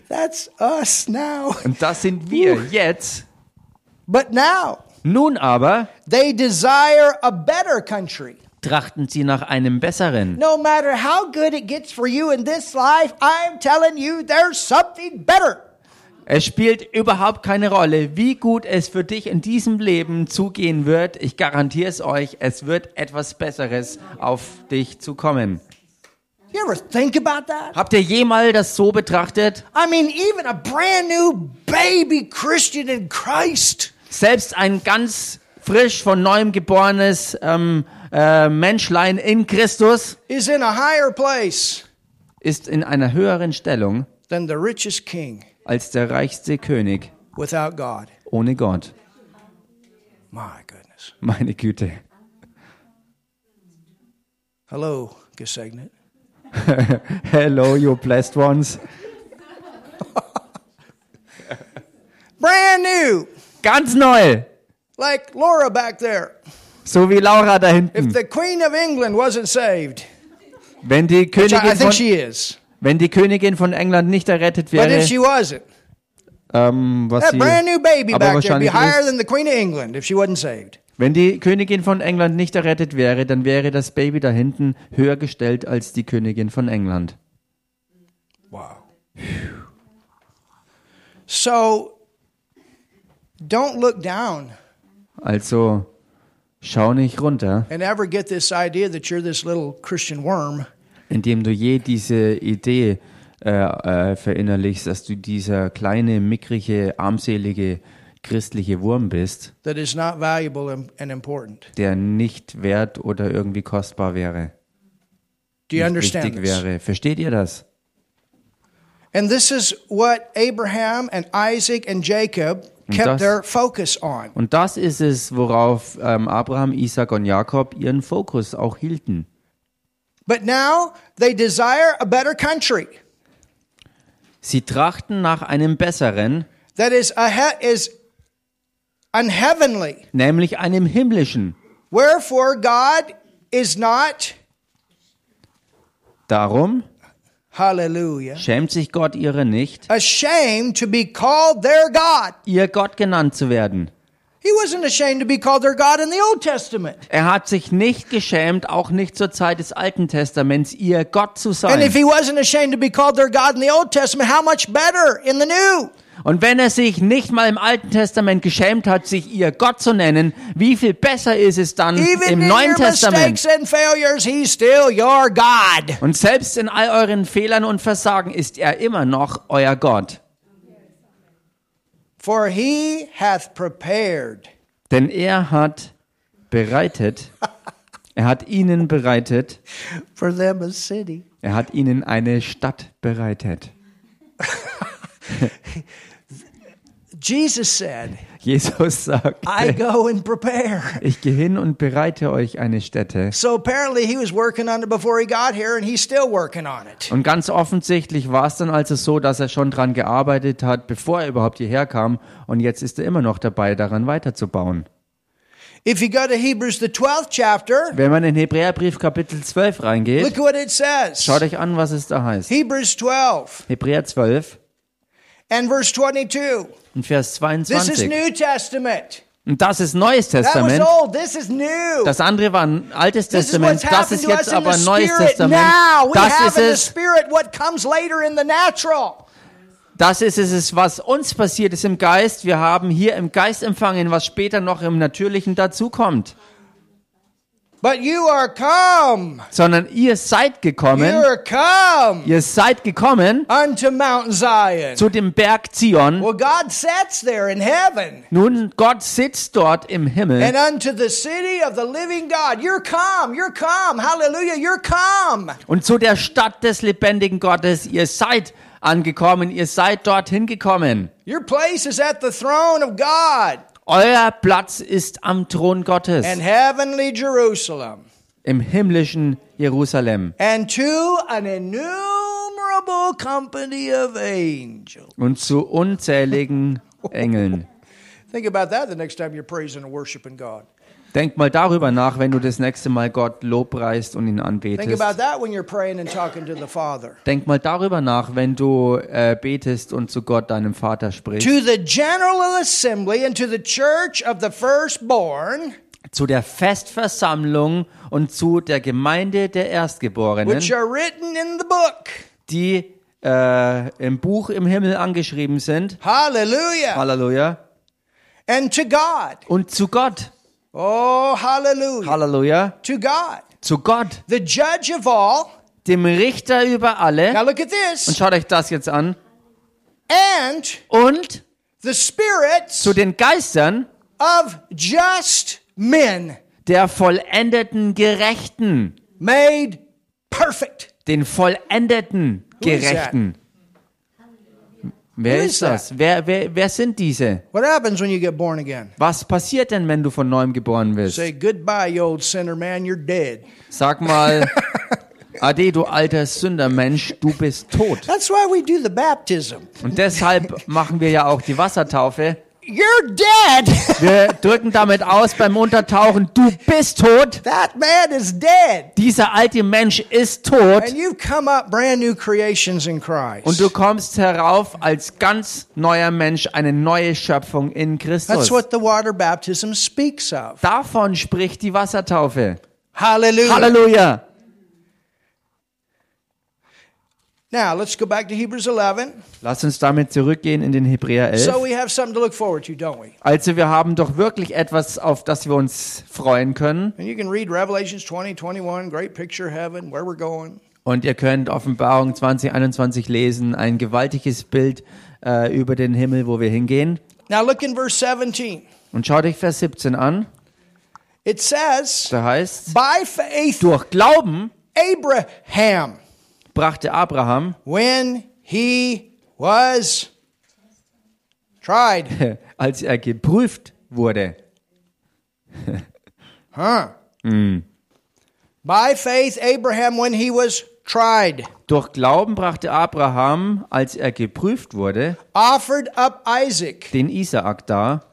That's us now. und das sind wir jetzt, But now, nun aber, they desire a better country. trachten sie nach einem besseren. No matter how good it gets for you in this life, I'm telling you, there's something better. Es spielt überhaupt keine Rolle, wie gut es für dich in diesem Leben zugehen wird. Ich garantiere es euch, es wird etwas Besseres auf dich zukommen. You ever think about that? Habt ihr jemals das so betrachtet? I mean, even a brand new baby Christian in Christ Selbst ein ganz frisch von neuem geborenes ähm, äh, Menschlein in Christus is in a higher place ist in einer höheren Stellung than the richest king als der reichste König without God. ohne Gott. My goodness. Meine Güte. Hello, Gesegnet. Hello, you blessed ones. Brand new, Ganz neu. like Laura back there. So wie Laura da If hinten. the Queen of England wasn't saved, Wenn die which I, I Königin think von, she is, wenn die Königin von England nicht errettet but if wäre, she wasn't, ähm, was that sie, brand new baby aber back there would be wahrscheinlich higher ist, than the Queen of England if she wasn't saved. wenn die Königin von England nicht errettet wäre, dann wäre das Baby da hinten höher gestellt als die Königin von England. Wow. So don't look down Also schau nicht runter, and ever get this idea that you're this little Christian worm. indem du je diese Idee äh, äh, verinnerlichst, dass du dieser kleine, mickrige, armselige christliche Wurm bist. that is not valuable and, and important. der nicht wert oder irgendwie kostbar wäre, Do you nicht understand wichtig this? wäre. Versteht ihr das? And this is what Abraham and Isaac and Jacob kept das- their focus on. Und das ist es, worauf ähm, Abraham, Isaac und Jakob ihren Fokus auch hielten. But now they desire a better country Sie trachten nach einem besseren, that is ahe- is unheavenly. nämlich einem himmlischen. Wherefore God is not Darum hallelujah schämt sich Gott ihrer nicht, ashamed to be called their God. ihr Gott genannt zu werden. He wasn't ashamed to be called their God in the Old Testament. Er hat sich nicht geschämt, auch nicht zur Zeit des Alten Testaments, ihr Gott zu And if sein. he wasn't ashamed to be called their God in the Old Testament, how much better in the New? Und wenn er sich nicht mal im Alten Testament geschämt hat, sich ihr Gott zu nennen, wie viel besser ist es dann Even im in Neuen your mistakes Testament? and failures, he's still your God. Und selbst in all euren Fehlern und Versagen ist er immer noch euer Gott. For he hath prepared Denn er hat bereitet, er hat ihnen bereitet, for them a city. er hat ihnen eine Stadt bereitet. Jesus said, Jesus sagt, I go and prepare. ich gehe hin und bereite euch eine Stätte. So apparently he was working on it before he got here, and he's still working on it. Und ganz offensichtlich war es dann also so, dass er schon dran gearbeitet hat, bevor er überhaupt hierher kam. Und jetzt ist er immer noch dabei, daran weiterzubauen. If you go to Hebrews, the 12th chapter, Wenn man in Hebräerbrief Kapitel 12 look reingeht, at what it says. schaut euch an, was es da heißt. Hebrews 12 Hebräer 12 and verse 22. und Vers This is 22. New Testament. Und das ist Neues That was Testament. old. This is new. Das andere war ein altes This is Testament. what's Das happened ist to us jetzt in the aber ein neues spirit Testament. now. We Das have ist in the es. spirit what comes later in the natural. Das ist es, ist, was uns passiert ist im Geist. Wir haben hier im Geist empfangen, was später noch im Natürlichen dazukommt. But you are come, Sondern ihr seid you gekommen. are come Ihr seid gekommen unto Mount Zion. zu dem Berg Zion. Well, God sits there in heaven Nun, Gott sitzt dort im Himmel and unto the city of the living God. You're come, you're come, hallelujah, you're come. und zu der Stadt des lebendigen Gottes. Ihr seid angekommen, ihr seid dorthin gekommen. Your place is at the throne of God Euer Platz ist am Thron Gottes and heavenly Jerusalem im himmlischen Jerusalem and to an innumerable company of angels. und zu unzähligen Engeln. Think about that the next time you're praising and worshiping God. Denk mal darüber nach, wenn du das nächste Mal Gott lobpreist und ihn Think about anbetest. that when you're praying and talking to the Father. Denk mal darüber nach, wenn du äh, betest und zu Gott, deinem Vater, sprichst. To the General Assembly and to the Church of the Firstborn, zu der Festversammlung und zu der Gemeinde der Erstgeborenen, which are written in the book. die äh, im Buch im Himmel angeschrieben sind. Hallelujah. Halleluja. And to God. Und zu Gott. Oh, hallelujah. Halleluja. To God. Zu Gott, The judge of all dem Richter über Now alle. look at Und this. schaut euch das jetzt an. And Und the spirits zu den Geistern of just men der vollendeten Gerechten. made perfect. Den vollendeten Who is that? Gerechten. Wer Who is ist das? Wer, wer, wer sind diese? What happens when you get born again? Was passiert denn, wenn du von neuem geboren wirst? Say goodbye, you old sinner man, you're dead. Sag mal, Ade, du alter Sündermensch, du bist tot. That's why we do the baptism. Und deshalb machen wir ja auch die Wassertaufe. You're dead. Wir drücken damit aus beim Untertauchen, du bist tot. that man is dead. Dieser alte Mensch ist tot. And you've come up brand new creations in Christ. Und du kommst herauf als ganz neuer Mensch, eine neue Schöpfung in That's Christus. what the water baptism speaks of. Davon spricht die Wassertaufe. Hallelujah. Halleluja. Now, let's go back to Hebrews 11. Lass uns damit zurückgehen in den Hebräer 11. So we have something to look forward to, don't we? Also wir haben doch wirklich etwas, auf das wir uns freuen können. And you can read Revelations 20, 21, great picture of heaven, where we're going. Und ihr könnt Offenbarung 2021 lesen, ein gewaltiges Bild äh, über den Himmel, wo wir hingehen. Now, look in verse 17. Und schaut euch Vers 17 an. It says, Da heißt, By faith, durch Glauben Abraham, brachte Abraham, when he was tried, als er geprüft wurde, huh? By faith, Abraham, when he was tried, durch Glauben brachte Abraham, als er geprüft wurde, offered up Isaac. den Isaak dar.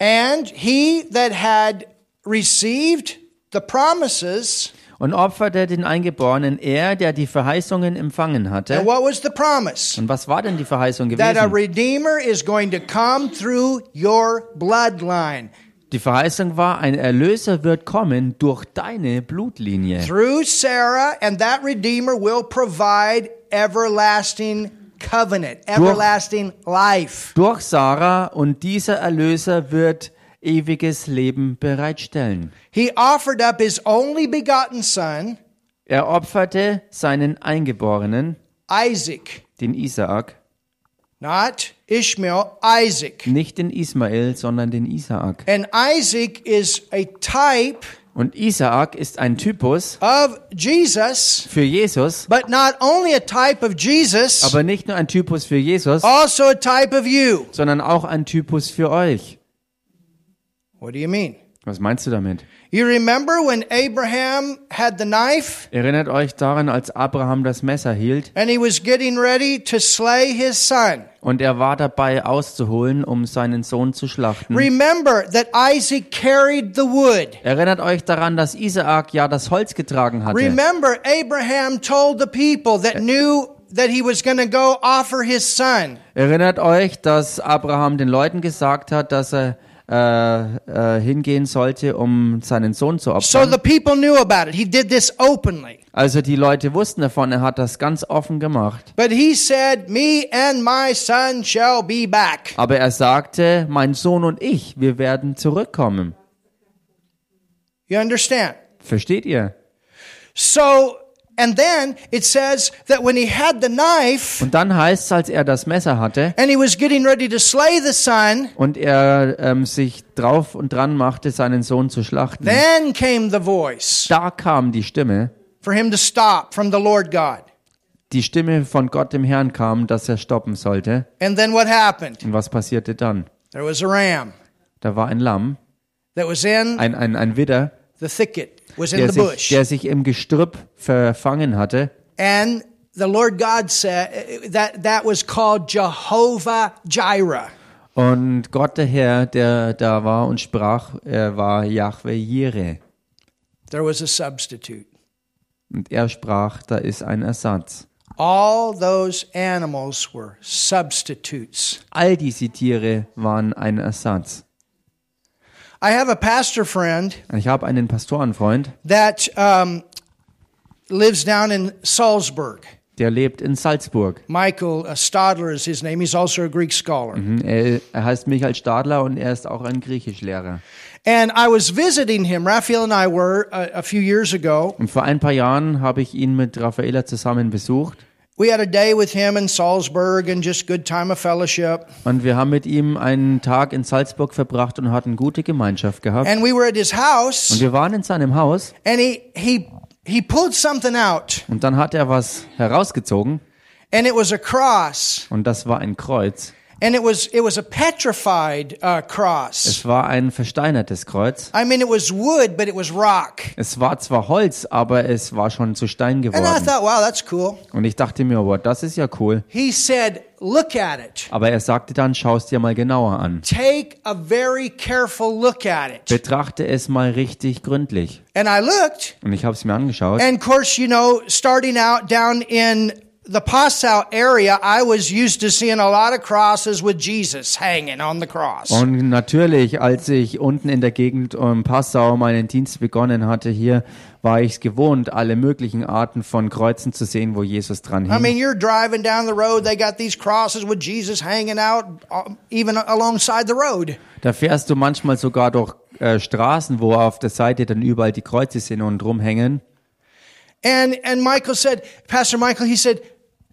And he that had received the promises, Und opferte den Eingeborenen, er, der die Verheißungen empfangen and hatte. what was the promise? Und was war denn die Verheißung That a gewesen? redeemer is going to come through your bloodline, Die Verheißung war, ein Erlöser wird kommen durch deine Blutlinie. through Sarah, and that redeemer will provide everlasting covenant, everlasting life. durch Sarah und dieser Erlöser wird ewiges Leben bereitstellen. He offered up his only begotten son, Er opferte seinen Eingeborenen, Isaac, den Isaak, not Ishmael, Isaac. nicht den Ismael, sondern den Isaak. And Isaac is a type Und Isaak ist ein Typus of Jesus. für Jesus, But not only a type of Jesus, aber nicht nur ein Typus für Jesus, also a type of you. sondern auch ein Typus für euch. What do you mean? Was meinst du damit? You remember when Abraham had the knife Erinnert euch daran, als Abraham das Messer hielt and he was getting ready to slay his son? und er war dabei auszuholen, um seinen Sohn zu schlachten. Remember that Isaac carried the wood. Erinnert euch daran, dass Isaak ja das Holz getragen hatte. Remember, Abraham told the people that knew that he was going to go offer his son. Erinnert euch, dass Abraham den Leuten gesagt hat, dass er äh, äh, hingehen sollte, um seinen Sohn zu So opfern. the people knew about it. He did this openly. Also die Leute wussten davon, er hat das ganz offen gemacht. But he said, Me and my son shall be back. Aber er sagte, mein Sohn und ich, wir werden zurückkommen. You understand? Versteht ihr? So, and then it says that when he had the knife Und dann heißt es, als er das Messer hatte and he was getting ready to slay the son, und er ähm, sich drauf und dran machte, seinen Sohn zu schlachten, then came the voice da kam die Stimme, for him to stop from the Lord God. die Stimme von Gott dem Herrn kam, dass er stoppen sollte. And then what happened? Und was passierte dann? There was a ram Da war ein Lamm, that was in ein, ein, ein Widder, the thicket, was in der the sich, bush. der sich im Gestrüpp verfangen hatte. And the Lord God said that that was called Jehovah Jireh. Und Gott der Herr, der da war und sprach, er war Jahwe Jireh. There was a substitute. Und er sprach, da ist ein Ersatz. All those animals were substitutes. All diese Tiere waren ein Ersatz. I have a pastor friend Ich habe einen Pastorenfreund, that um, lives down in Salzburg. Der lebt in Salzburg. Michael uh, Stadler is his name. He's also a Greek scholar. Hm, Er, er heißt Michael Stadler und er ist auch ein Griechischlehrer. And I was visiting him, Raphael and I were, uh, a few years ago. Und vor ein paar Jahren habe ich ihn mit Raffaella zusammen besucht We had a day with him in Salzburg and just good time of fellowship. und wir haben mit ihm einen Tag in Salzburg verbracht und hatten gute Gemeinschaft gehabt. And we were at his Und house wir waren in seinem Haus and he, he, he pulled something out und dann hat er was herausgezogen and it was a cross und das war ein Kreuz. and it was, it was a petrified uh, cross. Es war ein versteinertes Kreuz. I mean, it was wood, but it was rock. Es war zwar Holz, aber es war schon zu Stein And I geworden. thought, wow, that's cool. Und ich dachte mir, wow, das ist ja cool. He said, look at it. Aber er sagte dann, schau's dir mal genauer an. Take a very careful look at it. Betrachte es mal richtig gründlich. And I looked, Und ich habe es mir angeschaut. and of course, you know, starting out down in the Passau area, I was used to seeing a lot of crosses with Jesus hanging on the cross. Und natürlich, als ich unten in der Gegend um Passau meinen Dienst begonnen hatte hier, war ich es gewohnt, alle möglichen Arten von Kreuzen zu sehen, wo Jesus dran I hing. mean, you're driving down the road, they got these crosses with Jesus hanging out uh, even alongside the road. Da fährst du manchmal sogar durch äh, Straßen, wo auf der Seite dann überall die Kreuze sind und rumhängen. And and Michael said, Pastor Michael, he said,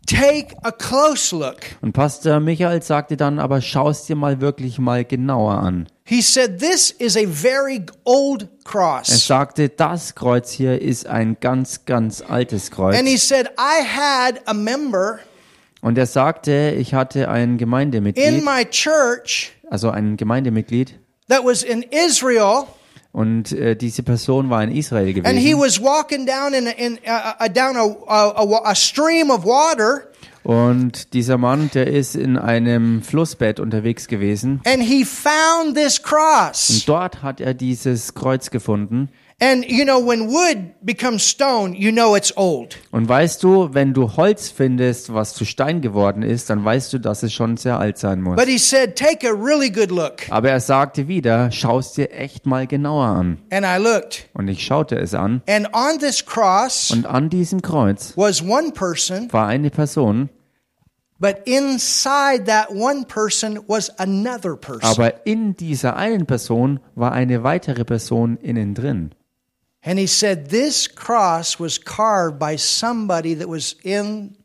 take a close look. Und Pastor Michael sagte dann, aber schau's dir mal wirklich mal genauer an. He said, This is a very old Er cross. sagte, das Kreuz hier ist ein ganz, ganz altes And Kreuz. he said, I had a member Und er sagte, ich hatte ein in Gemeindemitglied, my church also ein Gemeindemitglied, that was in Israel, Und äh, diese Person war in Israel and he gewesen. was walking down in, a, in a, a, down a, a, a wa- a stream of water, Und dieser Mann, der ist in einem Flussbett unterwegs gewesen. and he found this cross. Und dort hat er dieses Kreuz gefunden. And you know, when wood becomes stone, you know it's old. Und weißt du, wenn du Holz findest, was zu Stein geworden ist, dann weißt du, dass es schon sehr alt sein muss. But he said, Take a really good look. Aber er sagte wieder, schau's dir echt mal genauer an. And I looked, Und ich schaute es an. and on this cross Und an diesem Kreuz was one person. war eine Person, But inside that one person was another person. aber in dieser einen Person war eine weitere Person innen drin. and he said, This cross was carved by somebody that was in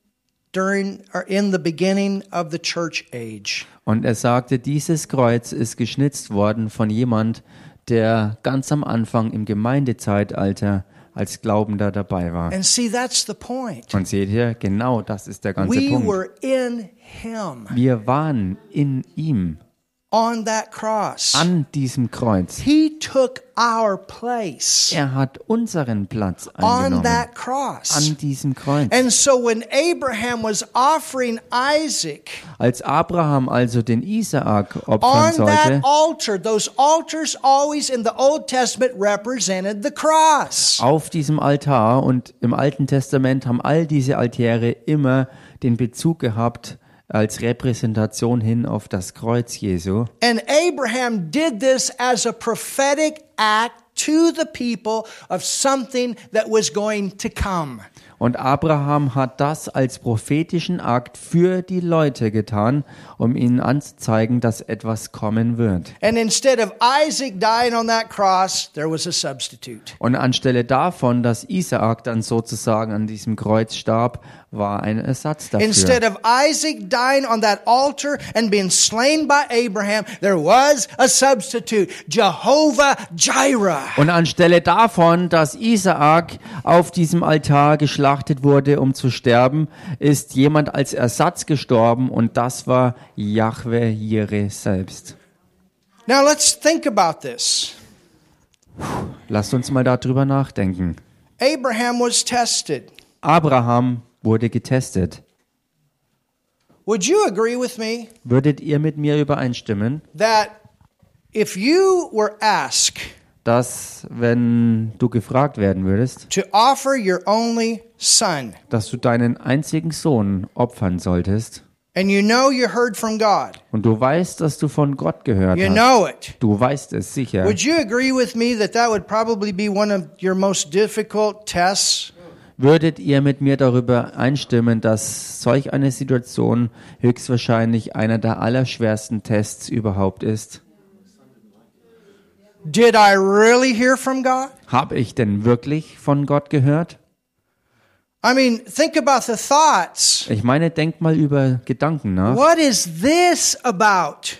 during or in the beginning of the church age. Und er sagte, dieses Kreuz ist geschnitzt worden von jemand, der ganz am Anfang im Gemeindezeitalter als Glaubender dabei war. And see, that's the point. Und seht ihr, genau das ist der ganze We Punkt. were in him Wir waren in ihm, on that cross. an diesem Kreuz. he took our place Er hat unseren Platz on eingenommen, that cross. an diesem Kreuz. and so when Abraham was offering Isaac, Als Abraham also den Isaak opfern on that sollte, altar. Those altars always in the Old Testament represented the cross. auf diesem Altar und im Alten Testament haben all diese Altäre immer den Bezug gehabt als Repräsentation hin auf das Kreuz Jesu. And Abraham did this as a prophetic act to the people of something that was going to come. Und Abraham hat das als prophetischen Akt für die Leute getan, um ihnen anzuzeigen, dass etwas kommen wird. And instead of Isaac dying on that cross, there was a substitute. Und anstelle davon, dass Isaak dann sozusagen an diesem Kreuz starb, war ein Ersatz dafür. Instead of Isaac dying on that altar and being slain by Abraham, there was a substitute, Jehovah Jireh. Und anstelle davon, dass Isaak auf diesem Altar geschlachtet wurde, um zu sterben, ist jemand als Ersatz gestorben und das war Jahwe Jireh selbst. Now let's think about this. Lasst uns mal darüber nachdenken. Abraham was tested. Abraham wurde getestet. Would you agree with me Würdet ihr mit mir übereinstimmen, that if you were asked dass wenn du gefragt werden würdest, to offer your only son, dass du deinen einzigen Sohn opfern solltest and you know you heard from God, und du weißt, dass du von Gott gehört you hast? know it, Du weißt es sicher. would you agree with me that that would probably be one of your most difficult tests? Würdet ihr mit mir darüber einstimmen, dass solch eine Situation höchstwahrscheinlich einer der allerschwersten Tests überhaupt ist? Did I really hear from God? Habe ich denn wirklich von Gott gehört? I mean, think about the thoughts. Ich meine, denk mal über Gedanken nach. What is this about?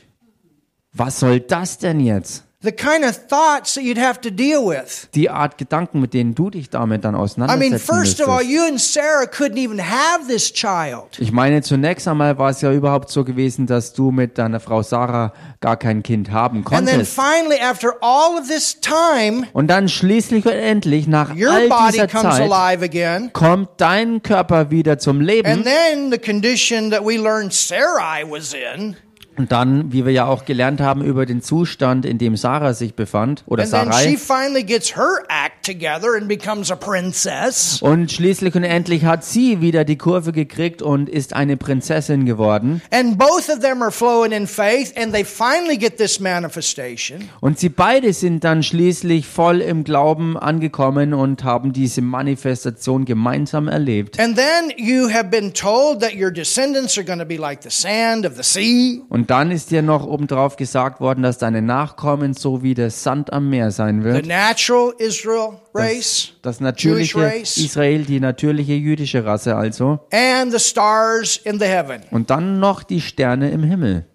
Was soll das denn jetzt? The kind of thoughts that you'd have to deal with. Die Art Gedanken, mit denen du dich damit dann I mean, auseinandersetzen first of all, müsstest. you and Sarah couldn't even have this child. Ich meine, zunächst einmal war es ja überhaupt so gewesen, dass du mit deiner Frau Sarah gar kein Kind haben And then konntest. finally, after all of this time, Und dann schließlich und endlich, nach your all body dieser comes Zeit, alive again. kommt dein Körper wieder zum And Leben. then the condition that we learned Sarai was in, Und dann, wie wir ja auch gelernt haben, über den Zustand, in dem Sarah sich befand, oder and then she Sarai. finally gets her act together and becomes a princess. Und schließlich und endlich hat sie wieder die Kurve gekriegt und ist eine Prinzessin geworden. And both of them are flowing in faith, and they finally get this manifestation. Und sie beide sind dann schließlich voll im Glauben angekommen und haben diese Manifestation gemeinsam erlebt. And then you have been told that your descendants are going to be like the sand of the sea. Und dann ist dir noch obendrauf gesagt worden, dass deine Nachkommen so wie der Sand am Meer sein The wird. natural Israel race, Das Jewish natürliche race, Israel, die natürliche jüdische Rasse also. and the stars in the heaven, Und dann noch die Sterne im Himmel.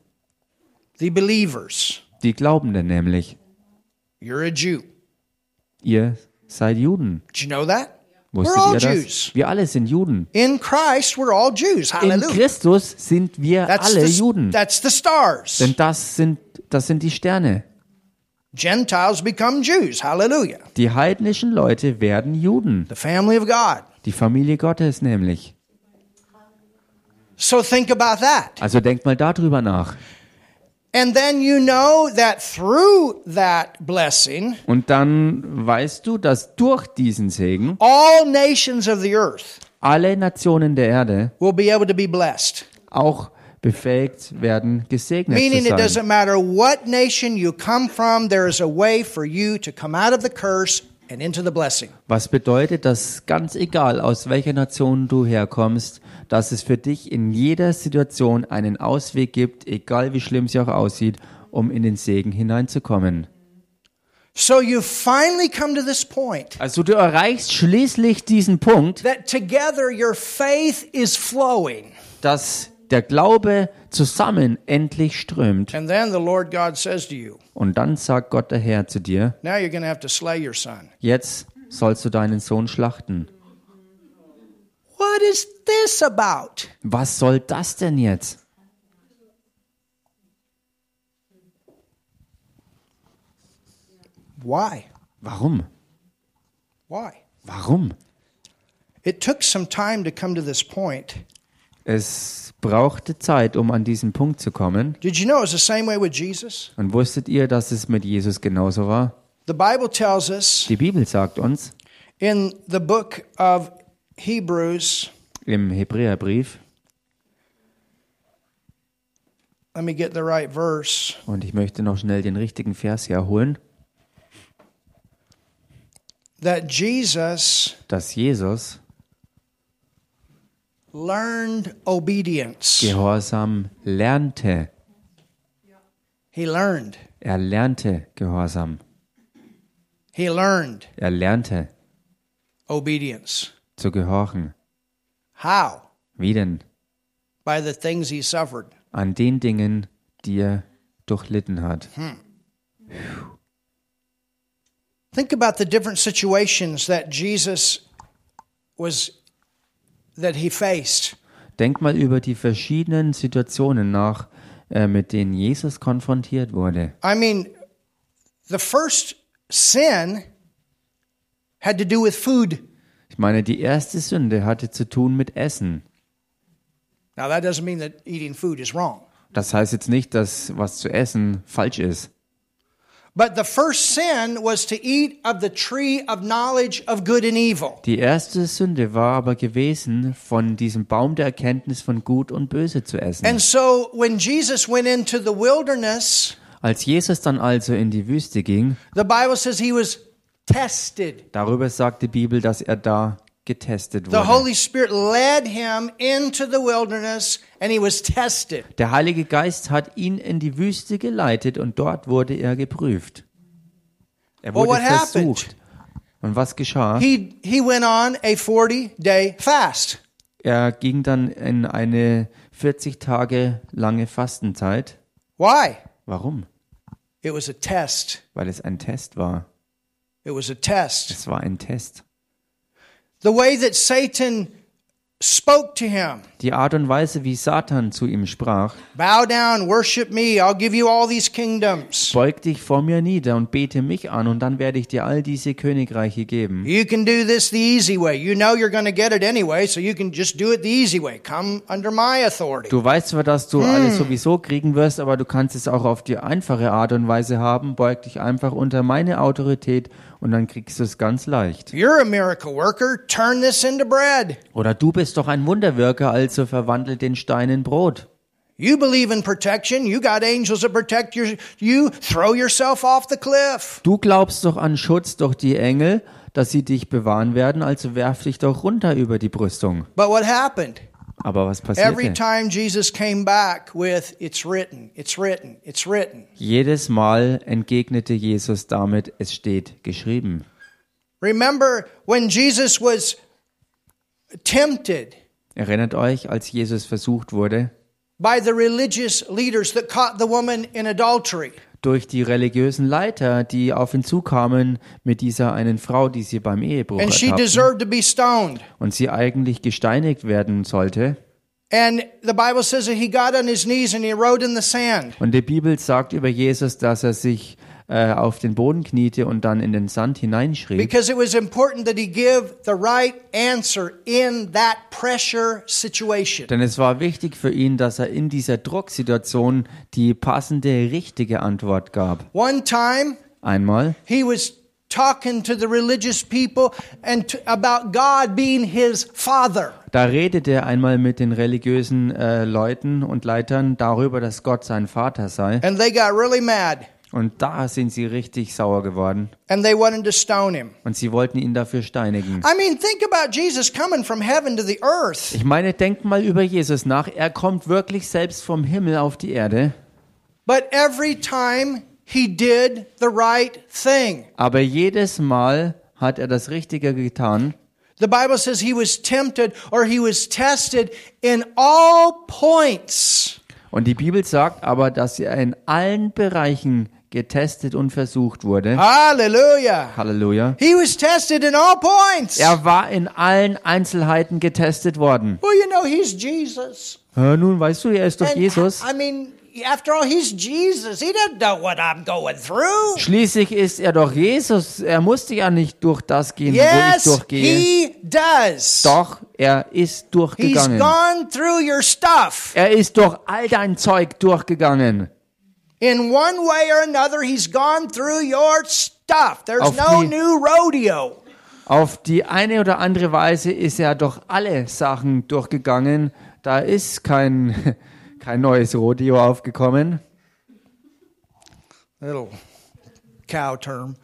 the believers. Die Glaubenden nämlich. You're a Jew. Ihr seid Juden. Did you know that? We're Wusstet all ihr Jews. das? Wir alle sind Juden. In Christ, we're all Jews. In Hallelujah. Christus sind wir That's alle the, Juden. that's the stars. Denn das sind, das sind die Sterne. Gentiles become Jews. Hallelujah. Die heidnischen Leute werden Juden. The family of God. Die Familie Gottes nämlich. So think about that. Also denkt mal darüber nach. And then you know that through that blessing, Und dann weißt du, dass durch diesen Segen all nations of the earth alle Nationen der Erde will be able to be blessed. auch befähigt werden, gesegnet Meaning, it zu sein. doesn't matter what nation you come from, there is a way for you to come out of the curse and into the blessing. Was bedeutet, dass ganz egal aus welcher Nation du herkommst, dass es für dich in jeder Situation einen Ausweg gibt, egal wie schlimm sie auch aussieht, um in den Segen hineinzukommen. So you finally come to this point Also du erreichst schließlich diesen Punkt, that together your faith is flowing. dass der Glaube zusammen endlich strömt. And then the Lord God says to you, Und dann sagt Gott der Herr zu dir, now you're going to have to slay your son. jetzt sollst du deinen Sohn schlachten. What is this about? Was soll das denn jetzt? Why? Warum? Why? Warum? It took some time to come to this point. Es brauchte Zeit, um an diesen Punkt zu kommen. Did you know it was the same way with Jesus? Und wusstet ihr, dass es mit Jesus genauso war? The Bible tells us Die Bibel sagt uns in the book of Hebrews, im Hebräerbrief, let me get the right verse. und ich möchte noch schnell den richtigen Vers hier holen, that Jesus dass Jesus learned obedience. Gehorsam lernte. He learned. Er lernte Gehorsam. He learned Er lernte obedience. zu gehorchen. How? Wie denn? By the things he suffered. An den Dingen, die er durchlitten hat. Think about the different situations that Jesus was that he faced. Denk mal über die verschiedenen Situationen nach, äh, mit denen Jesus konfrontiert wurde. I mean, the first sin had to do with food. Ich meine, die erste Sünde hatte zu tun mit Essen. Now, that doesn't mean that eating food is wrong. Das heißt jetzt nicht, dass was zu essen falsch ist. But the first sin was to eat of the tree of knowledge of good and evil. Die erste Sünde war aber gewesen, von diesem Baum der Erkenntnis von Gut und Böse zu essen. And so when Jesus went into the wilderness, Als Jesus dann also in die Wüste ging, the Bible says he was tested. darüber sagt die Bibel, dass er da getestet The wurde. Holy Spirit led him into the wilderness and he was tested. Der Heilige Geist hat ihn in die Wüste geleitet und dort wurde er geprüft. Er Well, wurde what happened? versucht. Und was geschah? He, he went on a 40 day fast. Er ging dann in eine 40 Tage lange Fastenzeit. Why? Warum? It was a test. Weil es ein Test war. It was a test. Es war ein Test. The way that Satan spoke to him Die Art und Weise, wie Satan zu ihm sprach, bow down, worship me, I'll give you all these kingdoms. beug dich vor mir nieder und bete mich an und dann werde ich dir all diese Königreiche geben. You can do this the easy way. You know you're going to get it anyway, so you can just do it the easy way. Come under my authority. Du weißt zwar, dass du alles Hm. sowieso kriegen wirst, aber du kannst es auch auf die einfache Art und Weise haben. Beug dich einfach unter meine Autorität und dann kriegst du es ganz leicht. You're a miracle worker. Turn this into bread. Oder du bist doch ein Wunderwirker, also verwandle den Stein in Brot. You believe in protection. You got angels that protect your, you. Throw yourself off the cliff. Du glaubst doch an Schutz durch die Engel, dass sie dich bewahren werden, also werf dich doch runter über die Brüstung. But what happened? Aber was Every passierte? time Jesus came back with, it's written, it's written, it's written. Jedes Mal entgegnete Jesus damit, es steht geschrieben. Remember when Jesus was tempted Erinnert euch, als Jesus versucht wurde, by the religious leaders that caught the woman in adultery. durch die religiösen Leiter, die auf ihn zukamen mit dieser einen Frau, die sie beim Ehebruch And she ertappten deserved to be stoned. und sie eigentlich gesteinigt werden sollte. And the Bible says that he got on his knees and he wrote in the sand. Und die Bibel sagt über Jesus, dass er sich äh, auf den Boden kniete und dann in den Sand hineinschrieb, Because it was important that he give the right answer in that pressure situation. denn es war wichtig für ihn, dass er in dieser Drucksituation die passende, richtige Antwort gab. One time, Einmal he was talking to the religious people and t- about God being his father. Da redete er einmal mit den religiösen äh, Leuten und Leitern darüber, dass Gott sein Vater sei. And they got really mad Und da sind sie richtig sauer geworden. and they wanted to stone him. Und sie wollten ihn dafür steinigen. I mean, think about Jesus coming from heaven to the earth. Ich meine, denkt mal über Jesus nach. Er kommt wirklich selbst vom Himmel auf die Erde. But every time he did the right thing. Aber jedes Mal hat er das Richtige getan. The Bible says he was tempted or he was tested in all points. Und die Bibel sagt aber, dass er in allen Bereichen getestet und versucht wurde. Hallelujah. Halleluja. He was tested in all points. Er war in allen Einzelheiten getestet worden. Well, you know, he's Jesus. Äh, nun weißt du, er ist doch And Jesus. I mean, after all, he's Jesus. He doesn't know what I'm going through. Schließlich ist er doch Jesus. Er musste ja nicht durch das gehen, Yes, wo ich durchgehe. he does. Doch, er ist He's durchgegangen. gone through your stuff. Er ist durch all dein Zeug durchgegangen. In one way or another, he's gone through your stuff. There's Auf no die- new rodeo. Auf die eine oder andere Weise ist er durch alle Sachen durchgegangen. Da ist kein, kein neues Rodeo aufgekommen. Little cow term.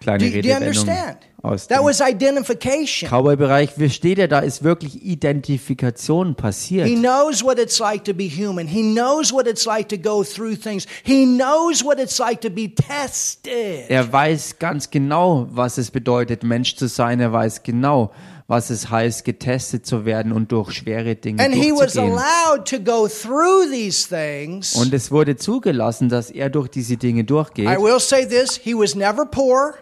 Kleine Do, do you Redewendung understand? aus That dem was identification. Cowboy-Bereich. Versteht ihr, da ist wirklich Identifikation He passiert. knows what it's like to be human. He knows what it's like to go through things. He knows what it's like to be tested. Er weiß ganz genau, was es bedeutet, Mensch zu sein. Er weiß genau, was es heißt, getestet zu werden und durch schwere Dinge And he was durchzugehen. allowed to go through these things. Und es wurde zugelassen, dass er durch diese Dinge durchgeht. I will say this he was never poor.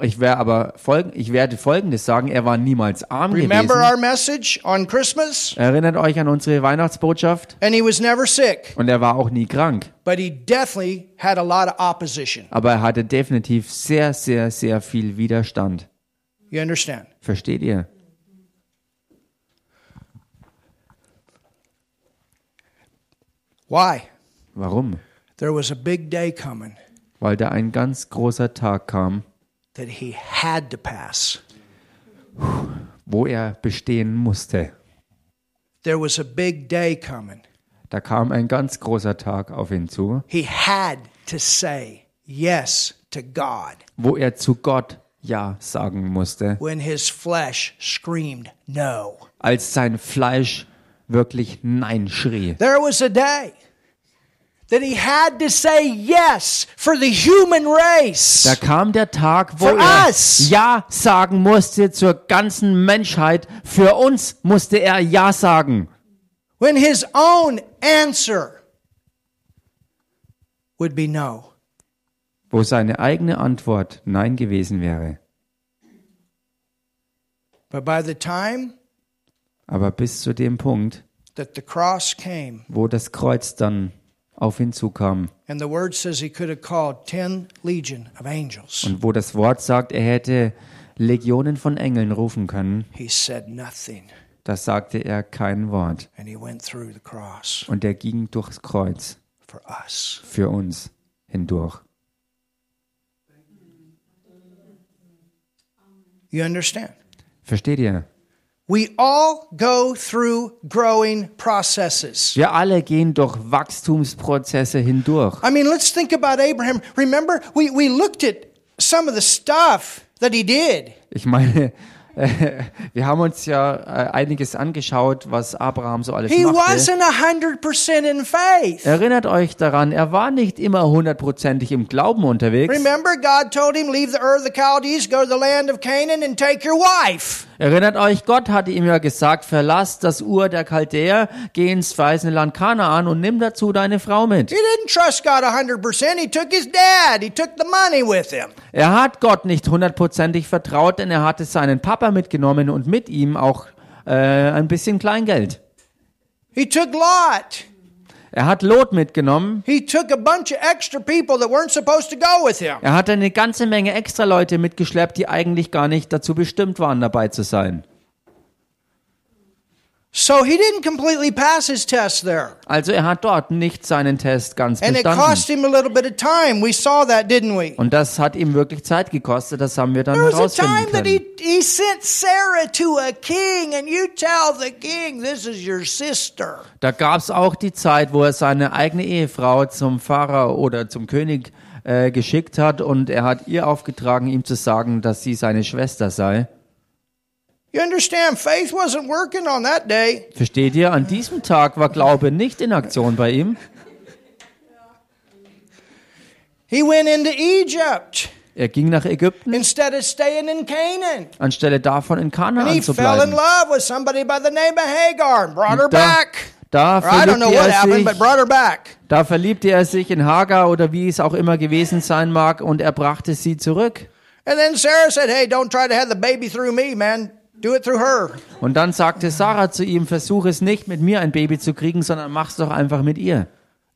Ich, wär aber folgen, ich werde Folgendes sagen, er war niemals arm Remember gewesen. our message on Christmas? Erinnert euch an unsere Weihnachtsbotschaft. And he was never sick, Und er war auch nie krank. but he definitely had a lot of opposition. Aber er hatte definitiv sehr, sehr, sehr viel Widerstand. You understand? Versteht ihr? Why? Warum? There was a big day coming Weil da ein ganz großer Tag kam, that he had to pass. wo er bestehen musste. There was a big day coming. Da kam ein ganz großer Tag auf ihn zu, He had to say yes to God. wo er zu Gott Ja sagen musste, when his flesh screamed no. als sein Fleisch wirklich Nein schrie. There was a day that he had to say yes for the human race. Da kam der Tag, wo For er us. Ja sagen musste zur ganzen Menschheit. Für uns musste er Ja sagen. when his own answer would be no. Wo seine eigene Antwort Nein gewesen wäre. But by the time Aber bis zu dem Punkt, that the cross came, wo das Kreuz dann auf ihn zukam and the word says he could have called 10 legion of angels, und wo das Wort sagt, er hätte Legionen von Engeln rufen können, he said nothing da sagte er kein Wort. and he went through the cross Und er ging durchs Kreuz for us. für uns hindurch. You understand? Versteht ihr? We all go through growing processes. Wir alle gehen durch Wachstumsprozesse hindurch. I mean, let's think about Abraham. Remember, we, we looked at some of the stuff that he did. Ich meine, äh, wir haben uns ja äh, einiges angeschaut, was Abraham so alles He machte. wasn't 100% in faith. Erinnert euch daran, er war nicht immer hundertprozentig im Glauben unterwegs. Remember, God told him, Leave the earth of the Chaldees, go to the land of Canaan, and take your wife. Erinnert euch, Gott hatte ihm ja gesagt, verlass das Ur der Chaldäer, geh ins verheißene Land Kanaan und nimm dazu deine Frau He mit. didn't trust God 100%. He took his dad, he took the money with him. Er hat Gott nicht hundertprozentig vertraut, denn er hatte seinen Papa mitgenommen und mit ihm auch äh, ein bisschen Kleingeld. He took Lot. Er hat Lot mitgenommen, He took a bunch of extra people that weren't supposed to go with him. Er hatte eine ganze Menge extra Leute mitgeschleppt, die eigentlich gar nicht dazu bestimmt waren, dabei zu sein. So he didn't completely pass his test there. Also er hat dort nicht seinen Test ganz And it bestanden. cost him a little bit of time. We saw that, didn't we? Und das hat ihm wirklich Zeit gekostet, das haben wir dann There was a time herausfinden that he, können. he sent Sarah to a king, and you tell the king, This is your sister. Da gab es auch die Zeit, wo er seine eigene Ehefrau zum Pfarrer oder zum König äh, geschickt hat und er hat ihr aufgetragen, ihm zu sagen, dass sie seine Schwester sei. You understand, faith wasn't working on that day. Versteht ihr? An diesem Tag war Glaube nicht in Aktion bei ihm. He went into Egypt Er ging nach Ägypten, instead of staying in Canaan. anstelle davon in And Kanaan he zu fell in bleiben. love with somebody by the name of Hagar and brought her da, back. da, Or I don't know verliebte what er happened, but sich, brought her back. da verliebte er sich in Hagar oder wie es auch immer gewesen sein mag und er brachte sie zurück. And then Sarah said, Hey, don't try to have the baby through me, man. Do it through her. Und dann sagte Sarah zu ihm, versuch es nicht, mit mir ein Baby zu kriegen, sondern mach's doch einfach mit ihr.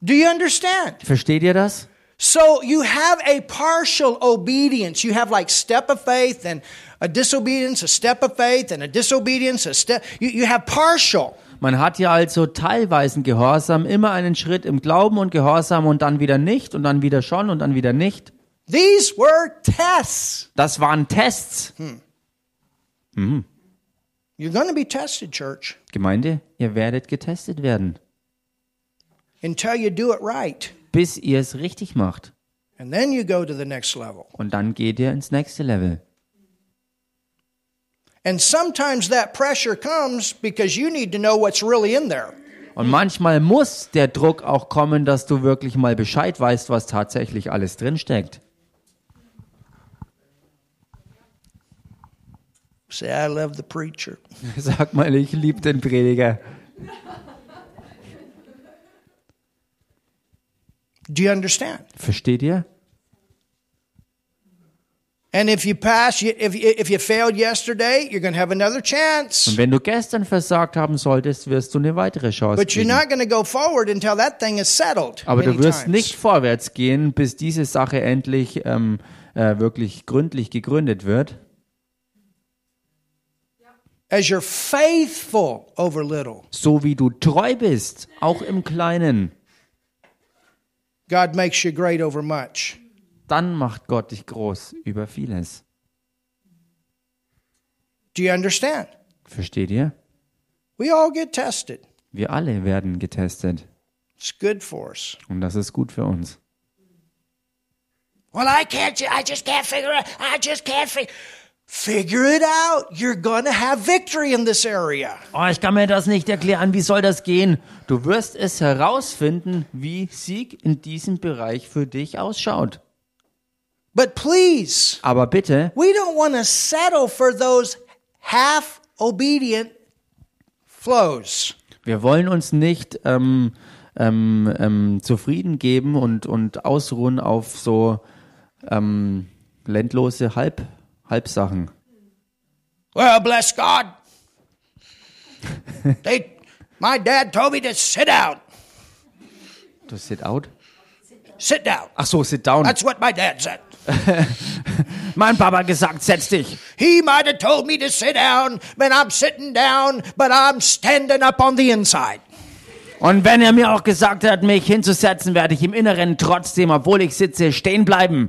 Do you understand? Versteht ihr das? So you have a partial obedience. You have like step of faith and a disobedience, a step of faith and a disobedience, a step. You, you have partial. Man hat ja also teilweisen Gehorsam, immer einen Schritt im Glauben und Gehorsam und dann wieder nicht und dann wieder schon und dann wieder nicht. These were tests. Das waren Tests. Hm. You're going to be tested, church, Gemeinde, ihr werdet getestet werden, until you do it right. bis ihr es richtig macht. And then you go to the next level. Und dann geht ihr ins nächste Level. And sometimes that pressure comes because you need to know what's really in there. Und manchmal muss der Druck auch kommen, dass du wirklich mal Bescheid weißt, was tatsächlich alles drinsteckt. Say, I love the preacher. Sag mal, ich liebe den Prediger. Do you understand? Versteht ihr? And if you pass, you- if you- if you failed yesterday, you're going to have another chance. Und wenn du gestern versagt haben solltest, wirst du eine weitere Chance But you're kriegen. not going to go forward until that thing is settled. Aber du many wirst times. nicht vorwärts gehen, bis diese Sache endlich ähm, äh, wirklich gründlich gegründet wird. As you're faithful over little, So wie du treu bist, auch im Kleinen, God makes you great over much. dann macht Gott dich groß über vieles. Do you understand? Versteht ihr? We all get tested. Wir alle werden getestet. It's good for us. Und das ist gut für uns. Well, I can't, I just can't figure it out. I just can't figure Figure it out. You're going to have victory in this area. Oh, ich kann mir das nicht erklären. Wie soll das gehen? Du wirst es herausfinden, wie Sieg in diesem Bereich für dich ausschaut. But please, Aber bitte, we don't want to settle for those half obedient flows. wir wollen uns nicht ähm, ähm, ähm, zufrieden geben und, und ausruhen auf so ähm, ländlose Halb, Halbsachen. Well, bless God. they, my dad told me to sit down. Du sit out? Sit down. Ach so, sit down. That's what my dad said. Mein Papa hat gesagt, setz dich. He might have told me to sit down, but I'm sitting down, but I'm standing up on the inside. Und wenn er mir auch gesagt hat, mich hinzusetzen, werde ich im Inneren trotzdem, obwohl ich sitze, stehen bleiben.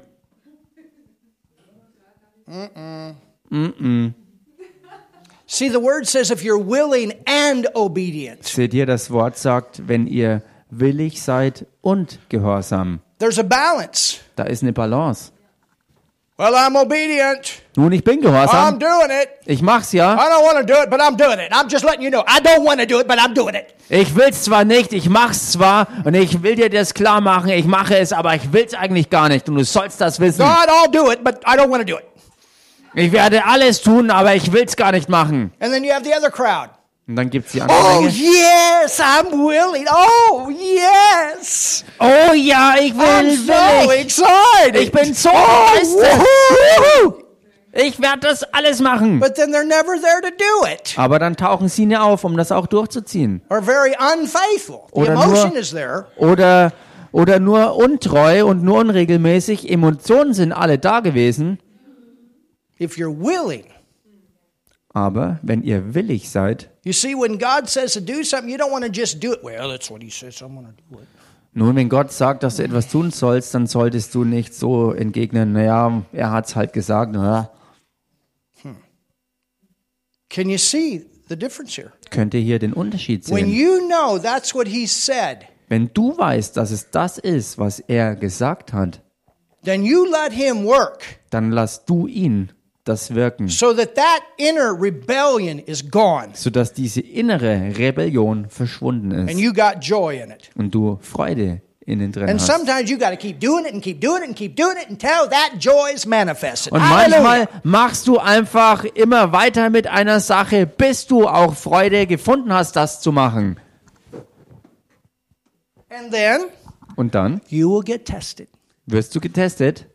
See, the word says if you're willing and obedient, Seht ihr, das Wort sagt, wenn ihr willig seid und gehorsam. there's a balance. Da ist eine Balance. Well, I'm obedient. Nun, ich bin I'm gehorsam. doing it. Ich mach's ja. I don't want to do it, but I'm doing it. I'm just letting you know. I don't want to do it, but I'm doing it. Ich will's zwar nicht, ich mach's zwar und ich will dir das klar machen, ich mache es, aber ich will's eigentlich gar nicht und du sollst das wissen. God, I'll do it, but I don't want to do it. Ich werde alles tun, aber ich will's gar nicht machen. And then you have the other crowd. Und dann gibt's die Oh, Anklage. yes, I'm willing. Oh, yes. Oh ja, ich I'm will so Oh, willig. excited. Ich bin so begeistert. oh, woohoo. Ich werde das alles machen. But then they're never there to do it. Aber dann tauchen sie nie auf, um das auch durchzuziehen. Or very unfaithful. The Oder nur- emotion is there, Oder, oder nur untreu und nur unregelmäßig. Emotionen sind alle da gewesen. if you're willing. Aber wenn ihr willig seid, You see, when God says to do something, you don't want to just do it. Well, that's what He says. I'm going to do it. nun, wenn Gott sagt, dass du etwas tun sollst, dann solltest du nicht so entgegnen, naja, er hat's halt gesagt. Ja. Can you see the difference here? Könnt ihr hier den Unterschied When sehen? you know that's what He said, Wenn du weißt, dass es das ist, was er gesagt hat, then you let Him work dann lass du ihn das wirken, so that that inner rebellion is gone sodass diese innere Rebellion verschwunden ist. and you got joy in it. und du Freude innen drin And hast. sometimes you got to keep doing it and keep doing it and keep doing it until that joy is manifested. Und Hallelujah. manchmal machst du einfach immer weiter mit einer Sache, bis du auch Freude gefunden hast, das zu machen. And then Und dann you will get tested. wirst du getestet.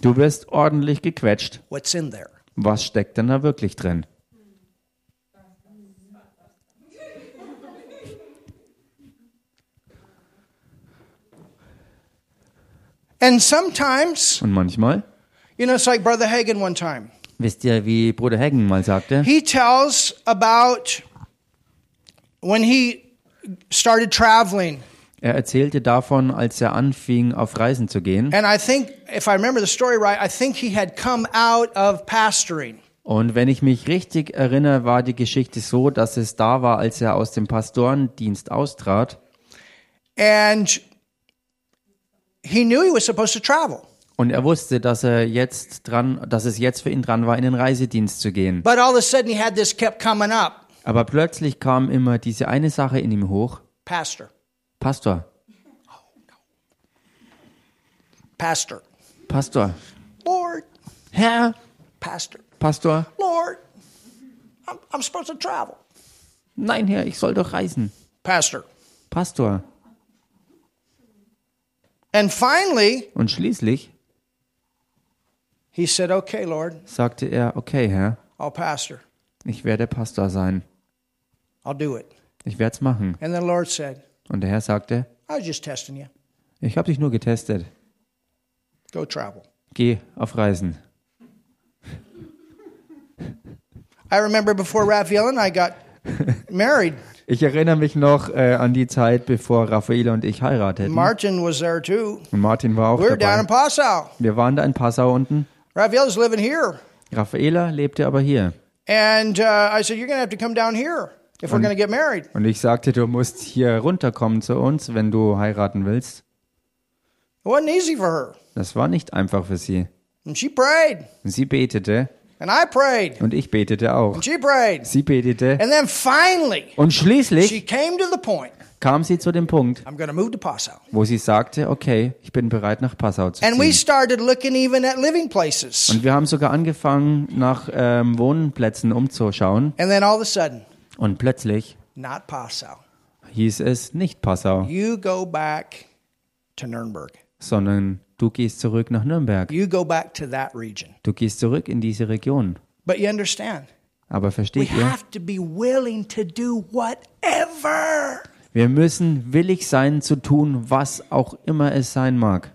Du wirst ordentlich gequetscht. What's in there? Was steckt denn da wirklich drin? And sometimes, Und manchmal, you know, it's like Brother Hagen one time. wisst ihr, wie Bruder Hagen mal sagte, He tells about when he started traveling. er erzählte davon, als er anfing, auf Reisen zu gehen. And I think, if I remember the story right, I think he had come out of pastoring. Und wenn ich mich richtig erinnere, war die Geschichte so, dass es da war, als er aus dem Pastorendienst austrat. And he knew he was supposed to travel. Und er wusste, dass er jetzt dran, dass es jetzt für ihn dran war, in den Reisedienst zu gehen. But all of a sudden, he had this kept coming up Aber plötzlich kam immer diese eine Sache in ihm hoch. Pastor, Pastor, Pastor, Pastor, Lord, Herr, Pastor, Pastor, Lord, I'm, I'm supposed to travel. nein, Herr, ich soll doch reisen. Pastor. Pastor. And finally, Und schließlich he said, Okay, Lord, sagte er, okay, Herr, I'll pastor. ich werde Pastor sein. I'll do it. Ich werd's machen. And the Lord said, Und der Herr sagte, I was just testing you. ich habe dich nur getestet. Go travel. Geh auf Reisen. I remember before Raphael and I got married, Ich erinnere mich noch äh, an die Zeit, bevor Raffaele und ich heirateten. Martin was there too. Und Martin war auch We were down in dabei. Passau. Wir waren da in Passau unten. Raphael was living here. Raffaela lebte aber hier. And uh, I said, You're going to have to come down here if we're going to get married. Und ich sagte, du musst hier runterkommen zu uns, wenn du heiraten willst. It wasn't easy for her. Das war nicht einfach für sie. And she prayed, Und Sie betete and I prayed, und ich betete auch. and she prayed. Sie betete And then finally, und she schließlich came to the point kam sie zu dem Punkt, I'm going to move to Paso. wo sie sagte, okay, ich bin bereit nach Passau zu And we ziehen. started looking even at living places. Und wir haben sogar angefangen, nach ähm, Wohnplätzen umzuschauen. And then all of a sudden, Und plötzlich not Paso. hieß es nicht Passau, You go back to Nuremberg. sondern du gehst zurück nach Nürnberg. You go back to that region. Du gehst zurück in diese Region. But you understand, Aber we versteht ihr? have to be willing to do whatever. Wir müssen willig sein zu tun, was auch immer es sein mag.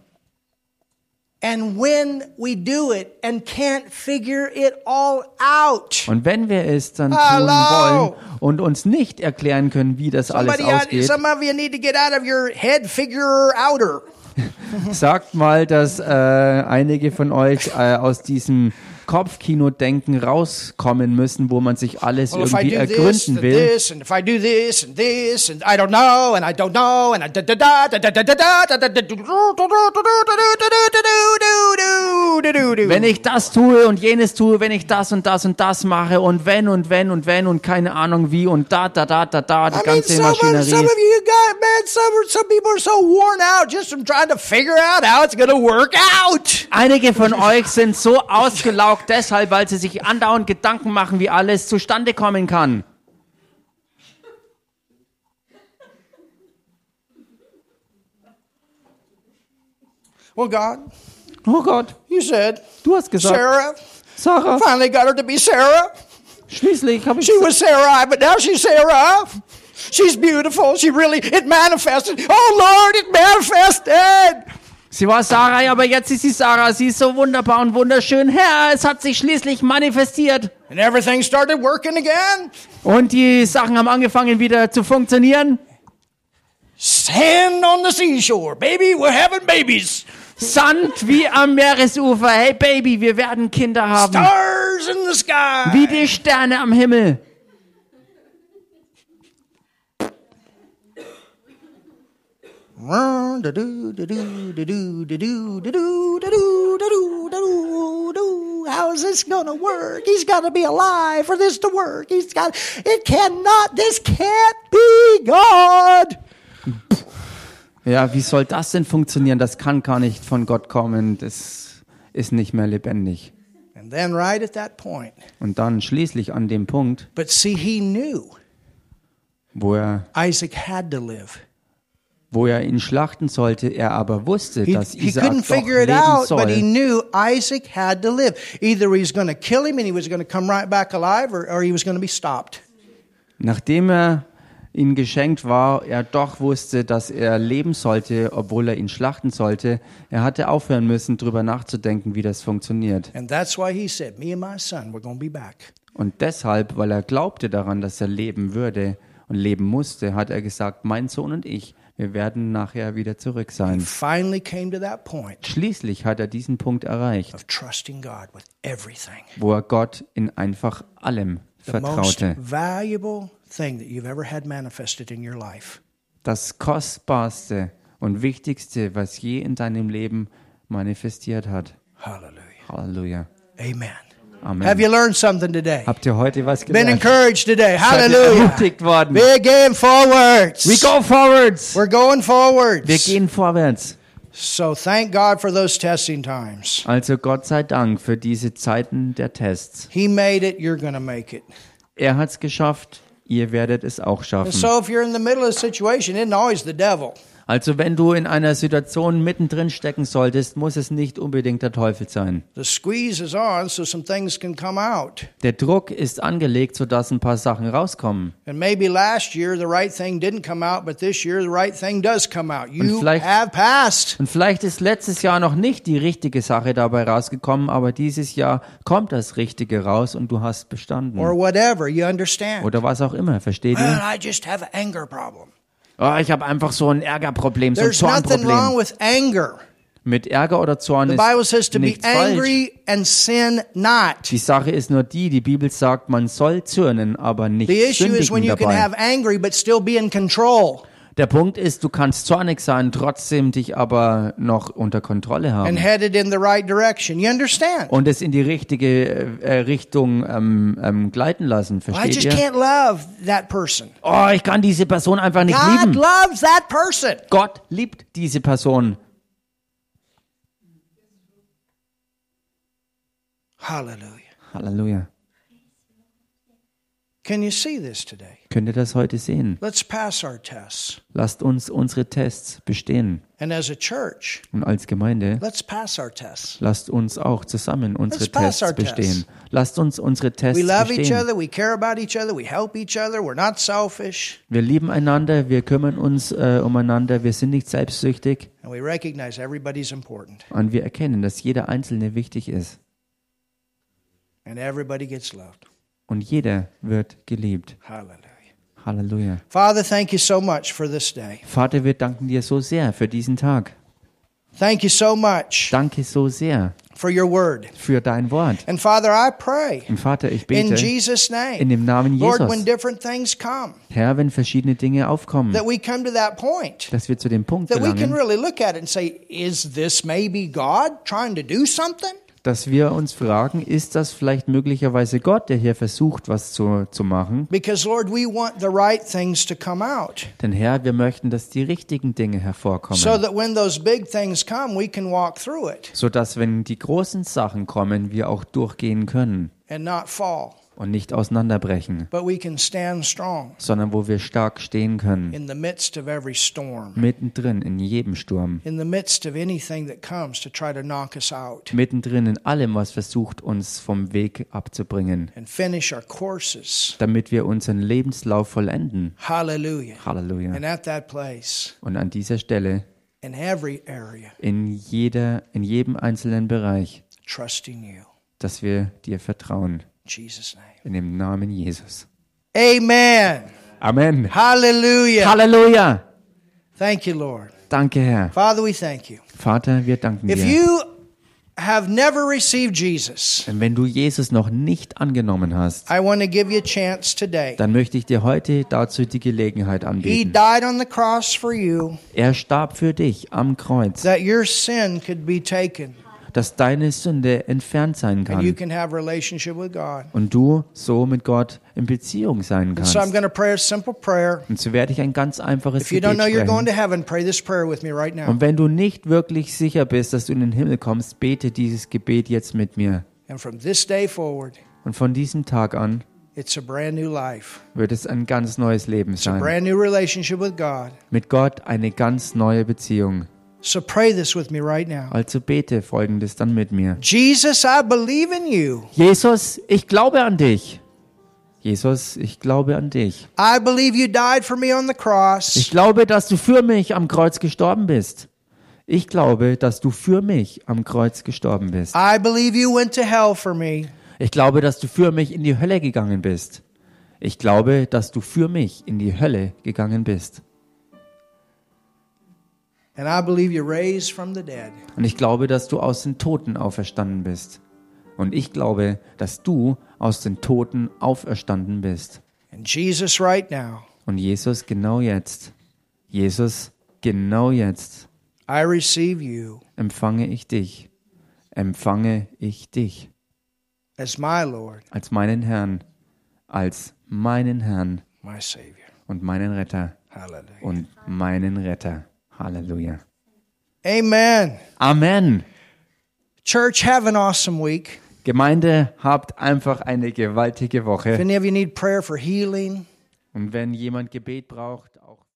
And when we do it and can't figure it all out, Und wenn wir es dann tun Hallo! wollen und uns nicht erklären können, wie das alles somebody out, ausgeht, some of you need to get out of your head figure outer. sagt mal, dass äh, einige von euch äh, aus diesem Kopfkino-Denken rauskommen müssen, wo man sich alles Well, if I irgendwie do this, ergründen then will. this, and if I do this, and this, and I don't know, and I don't know, and I da da da da da da da da da da da do do do do do do do do do do do do do do. Wenn ich das tue und jenes tue, wenn ich das und das und das mache und wenn und wenn und wenn und keine Ahnung wie und da, da, da, da, da, die I mean, ganze some of, some Maschinerie. of you got man. Some are- some people are so worn out just from trying to figure out how it's going to work out. Einige von euch sind so ausgelaugt deshalb, weil sie sich andauernd Gedanken machen, wie alles zustande kommen kann. Well, God, Oh Gott, you said du hast gesagt, Sarah Sarah, finally got her to be Sarah. schließlich habe ich She was Sarai, but now she's Sarah. She's beautiful. She really, it manifested. Oh Lord, it manifested. Sie war Sarai, aber jetzt ist sie Sarah. Sie ist so wunderbar und wunderschön. Herr, es hat sich schließlich manifestiert. And everything started working again. Und die Sachen haben angefangen wieder zu funktionieren. Sand on the seashore. Baby, we're having babies. Sand wie am Meeresufer. Hey Baby, wir werden Kinder haben. Stars in the sky. Wie die Sterne am Himmel. Run, da-doo, da-doo, da-doo, da-doo, da-doo, da-doo, da-doo, da-doo, da-doo. How's this gonna work? He's gotta be alive for this to work. He's got it cannot this can't be God. Ja, wie soll das denn funktionieren? Das kann gar nicht von Gott kommen. Das ist nicht mehr lebendig. And then right at that point. Und dann schließlich an dem Punkt, But see, he knew wo er, Isaac had to live. wo er ihn schlachten sollte, er aber wusste, He, dass he Isaac couldn't doch figure it leben out, soll. but he knew Isaac had to live. Either he was going to kill him and he was going to come right back alive, or, or he was going to be stopped. Nachdem er ihm geschenkt war, er doch wusste, dass er leben sollte, obwohl er ihn schlachten sollte. Er hatte aufhören müssen, drüber nachzudenken, wie das funktioniert. And that's why he said, Me and my son, we're going to be back. Und deshalb, weil er glaubte daran, dass er leben würde und leben musste, hat er gesagt, mein Sohn und ich, wir werden nachher wieder zurück sein. Finally came to that point Schließlich hat er diesen Punkt erreicht, of trusting God with everything. wo er Gott in einfach allem The most vertraute. valuable thing that you've ever had manifested in your life Das Kostbarste und Wichtigste, was je in deinem Leben manifestiert hat. Hallelujah. Halleluja. Amen. Amen. Have you learned something today? Habt ihr heute was Been gelernt? encouraged today. Seid ihr Hallelujah. ermutigt worden. We're going forwards. We go forwards. We're going forwards. Wir gehen vorwärts. So thank God for those testing times. Also Gott sei Dank für diese Zeiten der Tests. He made it, you're going to make it. Er hat's geschafft. Ihr werdet es auch And schaffen. so if you're in the middle of a situation, it isn't always the devil. Also wenn du in einer Situation mittendrin stecken solltest, muss es nicht unbedingt der Teufel sein. The squeeze is on so some things can come out. Der Druck ist angelegt, sodass ein paar Sachen rauskommen. And maybe last year the right thing didn't come out, but this year the right thing does come out. You vielleicht- have passed. Und vielleicht ist letztes Jahr noch nicht die richtige Sache dabei rausgekommen, aber dieses Jahr kommt das Richtige raus und du hast bestanden. Or whatever, you understand. Oder was auch immer, versteht Well, ihr? I just have an anger problem. Oh, ich habe einfach so ein Ärgerproblem, so ein Ah. There's nothing wrong Zornproblem. with anger. Mit Ärger oder Zorn The Bible says ist to be nichts falsch. angry and sin not. Die Sache ist nur die, die Bibel sagt, man soll zürnen, aber nicht The issue is when sündigen you can dabei. have angry but still be in control. Der Punkt ist, du kannst zornig sein, trotzdem dich aber noch unter Kontrolle and haben headed in the right direction. You understand? und es in die richtige äh, Richtung ähm, ähm, gleiten lassen. I Versteht just ihr? can't love that person. Oh, ich kann diese Person einfach nicht God lieben. loves that person. Gott liebt diese Person. Hallelujah. Halleluja. Can you see this today? Könnt ihr das heute sehen? Let's pass our tests. Lasst uns unsere Tests bestehen. And as a church, Und als Gemeinde, let's pass our tests. lasst uns auch zusammen unsere Let's pass Tests our tests. bestehen. Lasst uns unsere Tests We love each bestehen. other, we care about each other, we help each other, we're not selfish, Wir lieben einander, wir kümmern uns äh, umeinander, wir sind nicht selbstsüchtig and we recognize everybody's important und wir erkennen, dass jeder Einzelne wichtig ist. and everybody gets loved. Und jeder wird geliebt. Hallelujah. Halleluja. Father, thank you so much for this day. Vater, wir danken dir so sehr für diesen Tag. Thank you so much Danke so sehr for your word. für dein Wort. And Father, I pray Und Vater, in ich bete Jesus' name, in dem Namen Lord, when Jesus, different things come, Herr, wenn verschiedene Dinge aufkommen, that we come to that point dass wir zu dem Punkt Hmm. that we can gelangen, really look at it and say, is this maybe God trying to do something? dass wir uns fragen, ist das vielleicht möglicherweise Gott, der hier versucht, was zu, zu machen? Because, Lord, we want the right things to come out Denn Herr, wir möchten, dass die richtigen Dinge so hervorkommen, that when those big things come, we can walk through it sodass, wenn die großen Sachen kommen, wir auch durchgehen können and not fall, und nicht auseinanderbrechen, but we can stand strong sondern wo wir stark stehen können, in the midst of every storm, mittendrin in jedem Sturm, in the midst of anything that comes to try to knock us out, mittendrin in allem, was versucht, uns vom Weg abzubringen, and finish our courses. damit wir unseren Lebenslauf vollenden. Hallelujah. Halleluja. And at that place, Und an dieser Stelle, in every area, in, jeder, in jedem einzelnen Bereich, trusting you. dass wir dir vertrauen. In Jesus' name. In dem Namen Jesus. Amen. Amen. Hallelujah. Halleluja. Thank you, Lord. Danke, Herr. Father, we thank you. Vater, wir danken If dir. you have never received Jesus, Denn wenn du Jesus noch nicht angenommen hast, I want to give you a chance today. dann möchte ich dir heute dazu die Gelegenheit He anbieten. died on the cross for you Er starb für dich am Kreuz, that your sin could be taken dass deine Sünde entfernt sein and you kann can have relationship with God. und du so mit Gott in Beziehung sein And so I'm kannst. going to pray a simple prayer. Und so werde ich ein ganz einfaches If you don't Gebet know you're going sprechen. to heaven, pray this prayer with me right now. Und wenn du nicht wirklich sicher bist, dass du in den Himmel kommst, bete dieses Gebet jetzt mit mir. And from this day forward, Und von diesem Tag an it's a brand new life, wird es ein ganz neues Leben it's a sein. brand new relationship with God. Mit Gott eine ganz neue Beziehung. So pray this with me right now. Also bete folgendes dann mit mir. Jesus, I believe in you. Jesus, ich glaube an dich. Jesus, ich glaube an dich. I believe you died for me on the Ich cross. glaube, dass du für mich am Kreuz gestorben bist. Ich glaube, dass du für mich am Kreuz gestorben bist. I believe you went to hell for me. Ich glaube, dass du für mich in die Hölle gegangen bist. Ich glaube, dass du für mich in die Hölle gegangen bist. And I believe you raised from the dead. Und ich glaube, dass du aus den Toten auferstanden bist. Und ich glaube, dass du aus den Toten auferstanden bist. And Jesus, right now, Und Jesus, genau jetzt, Jesus, genau jetzt I receive you empfange ich dich, empfange ich dich as my Lord, als meinen Herrn, als meinen Herrn my Savior. und meinen Retter Hallelujah. und meinen Retter. Halleluja. Amen. Amen. Church, have an awesome week. Gemeinde, habt einfach eine gewaltige If Woche. any of you need prayer for healing, Und wenn jemand Gebet braucht, auch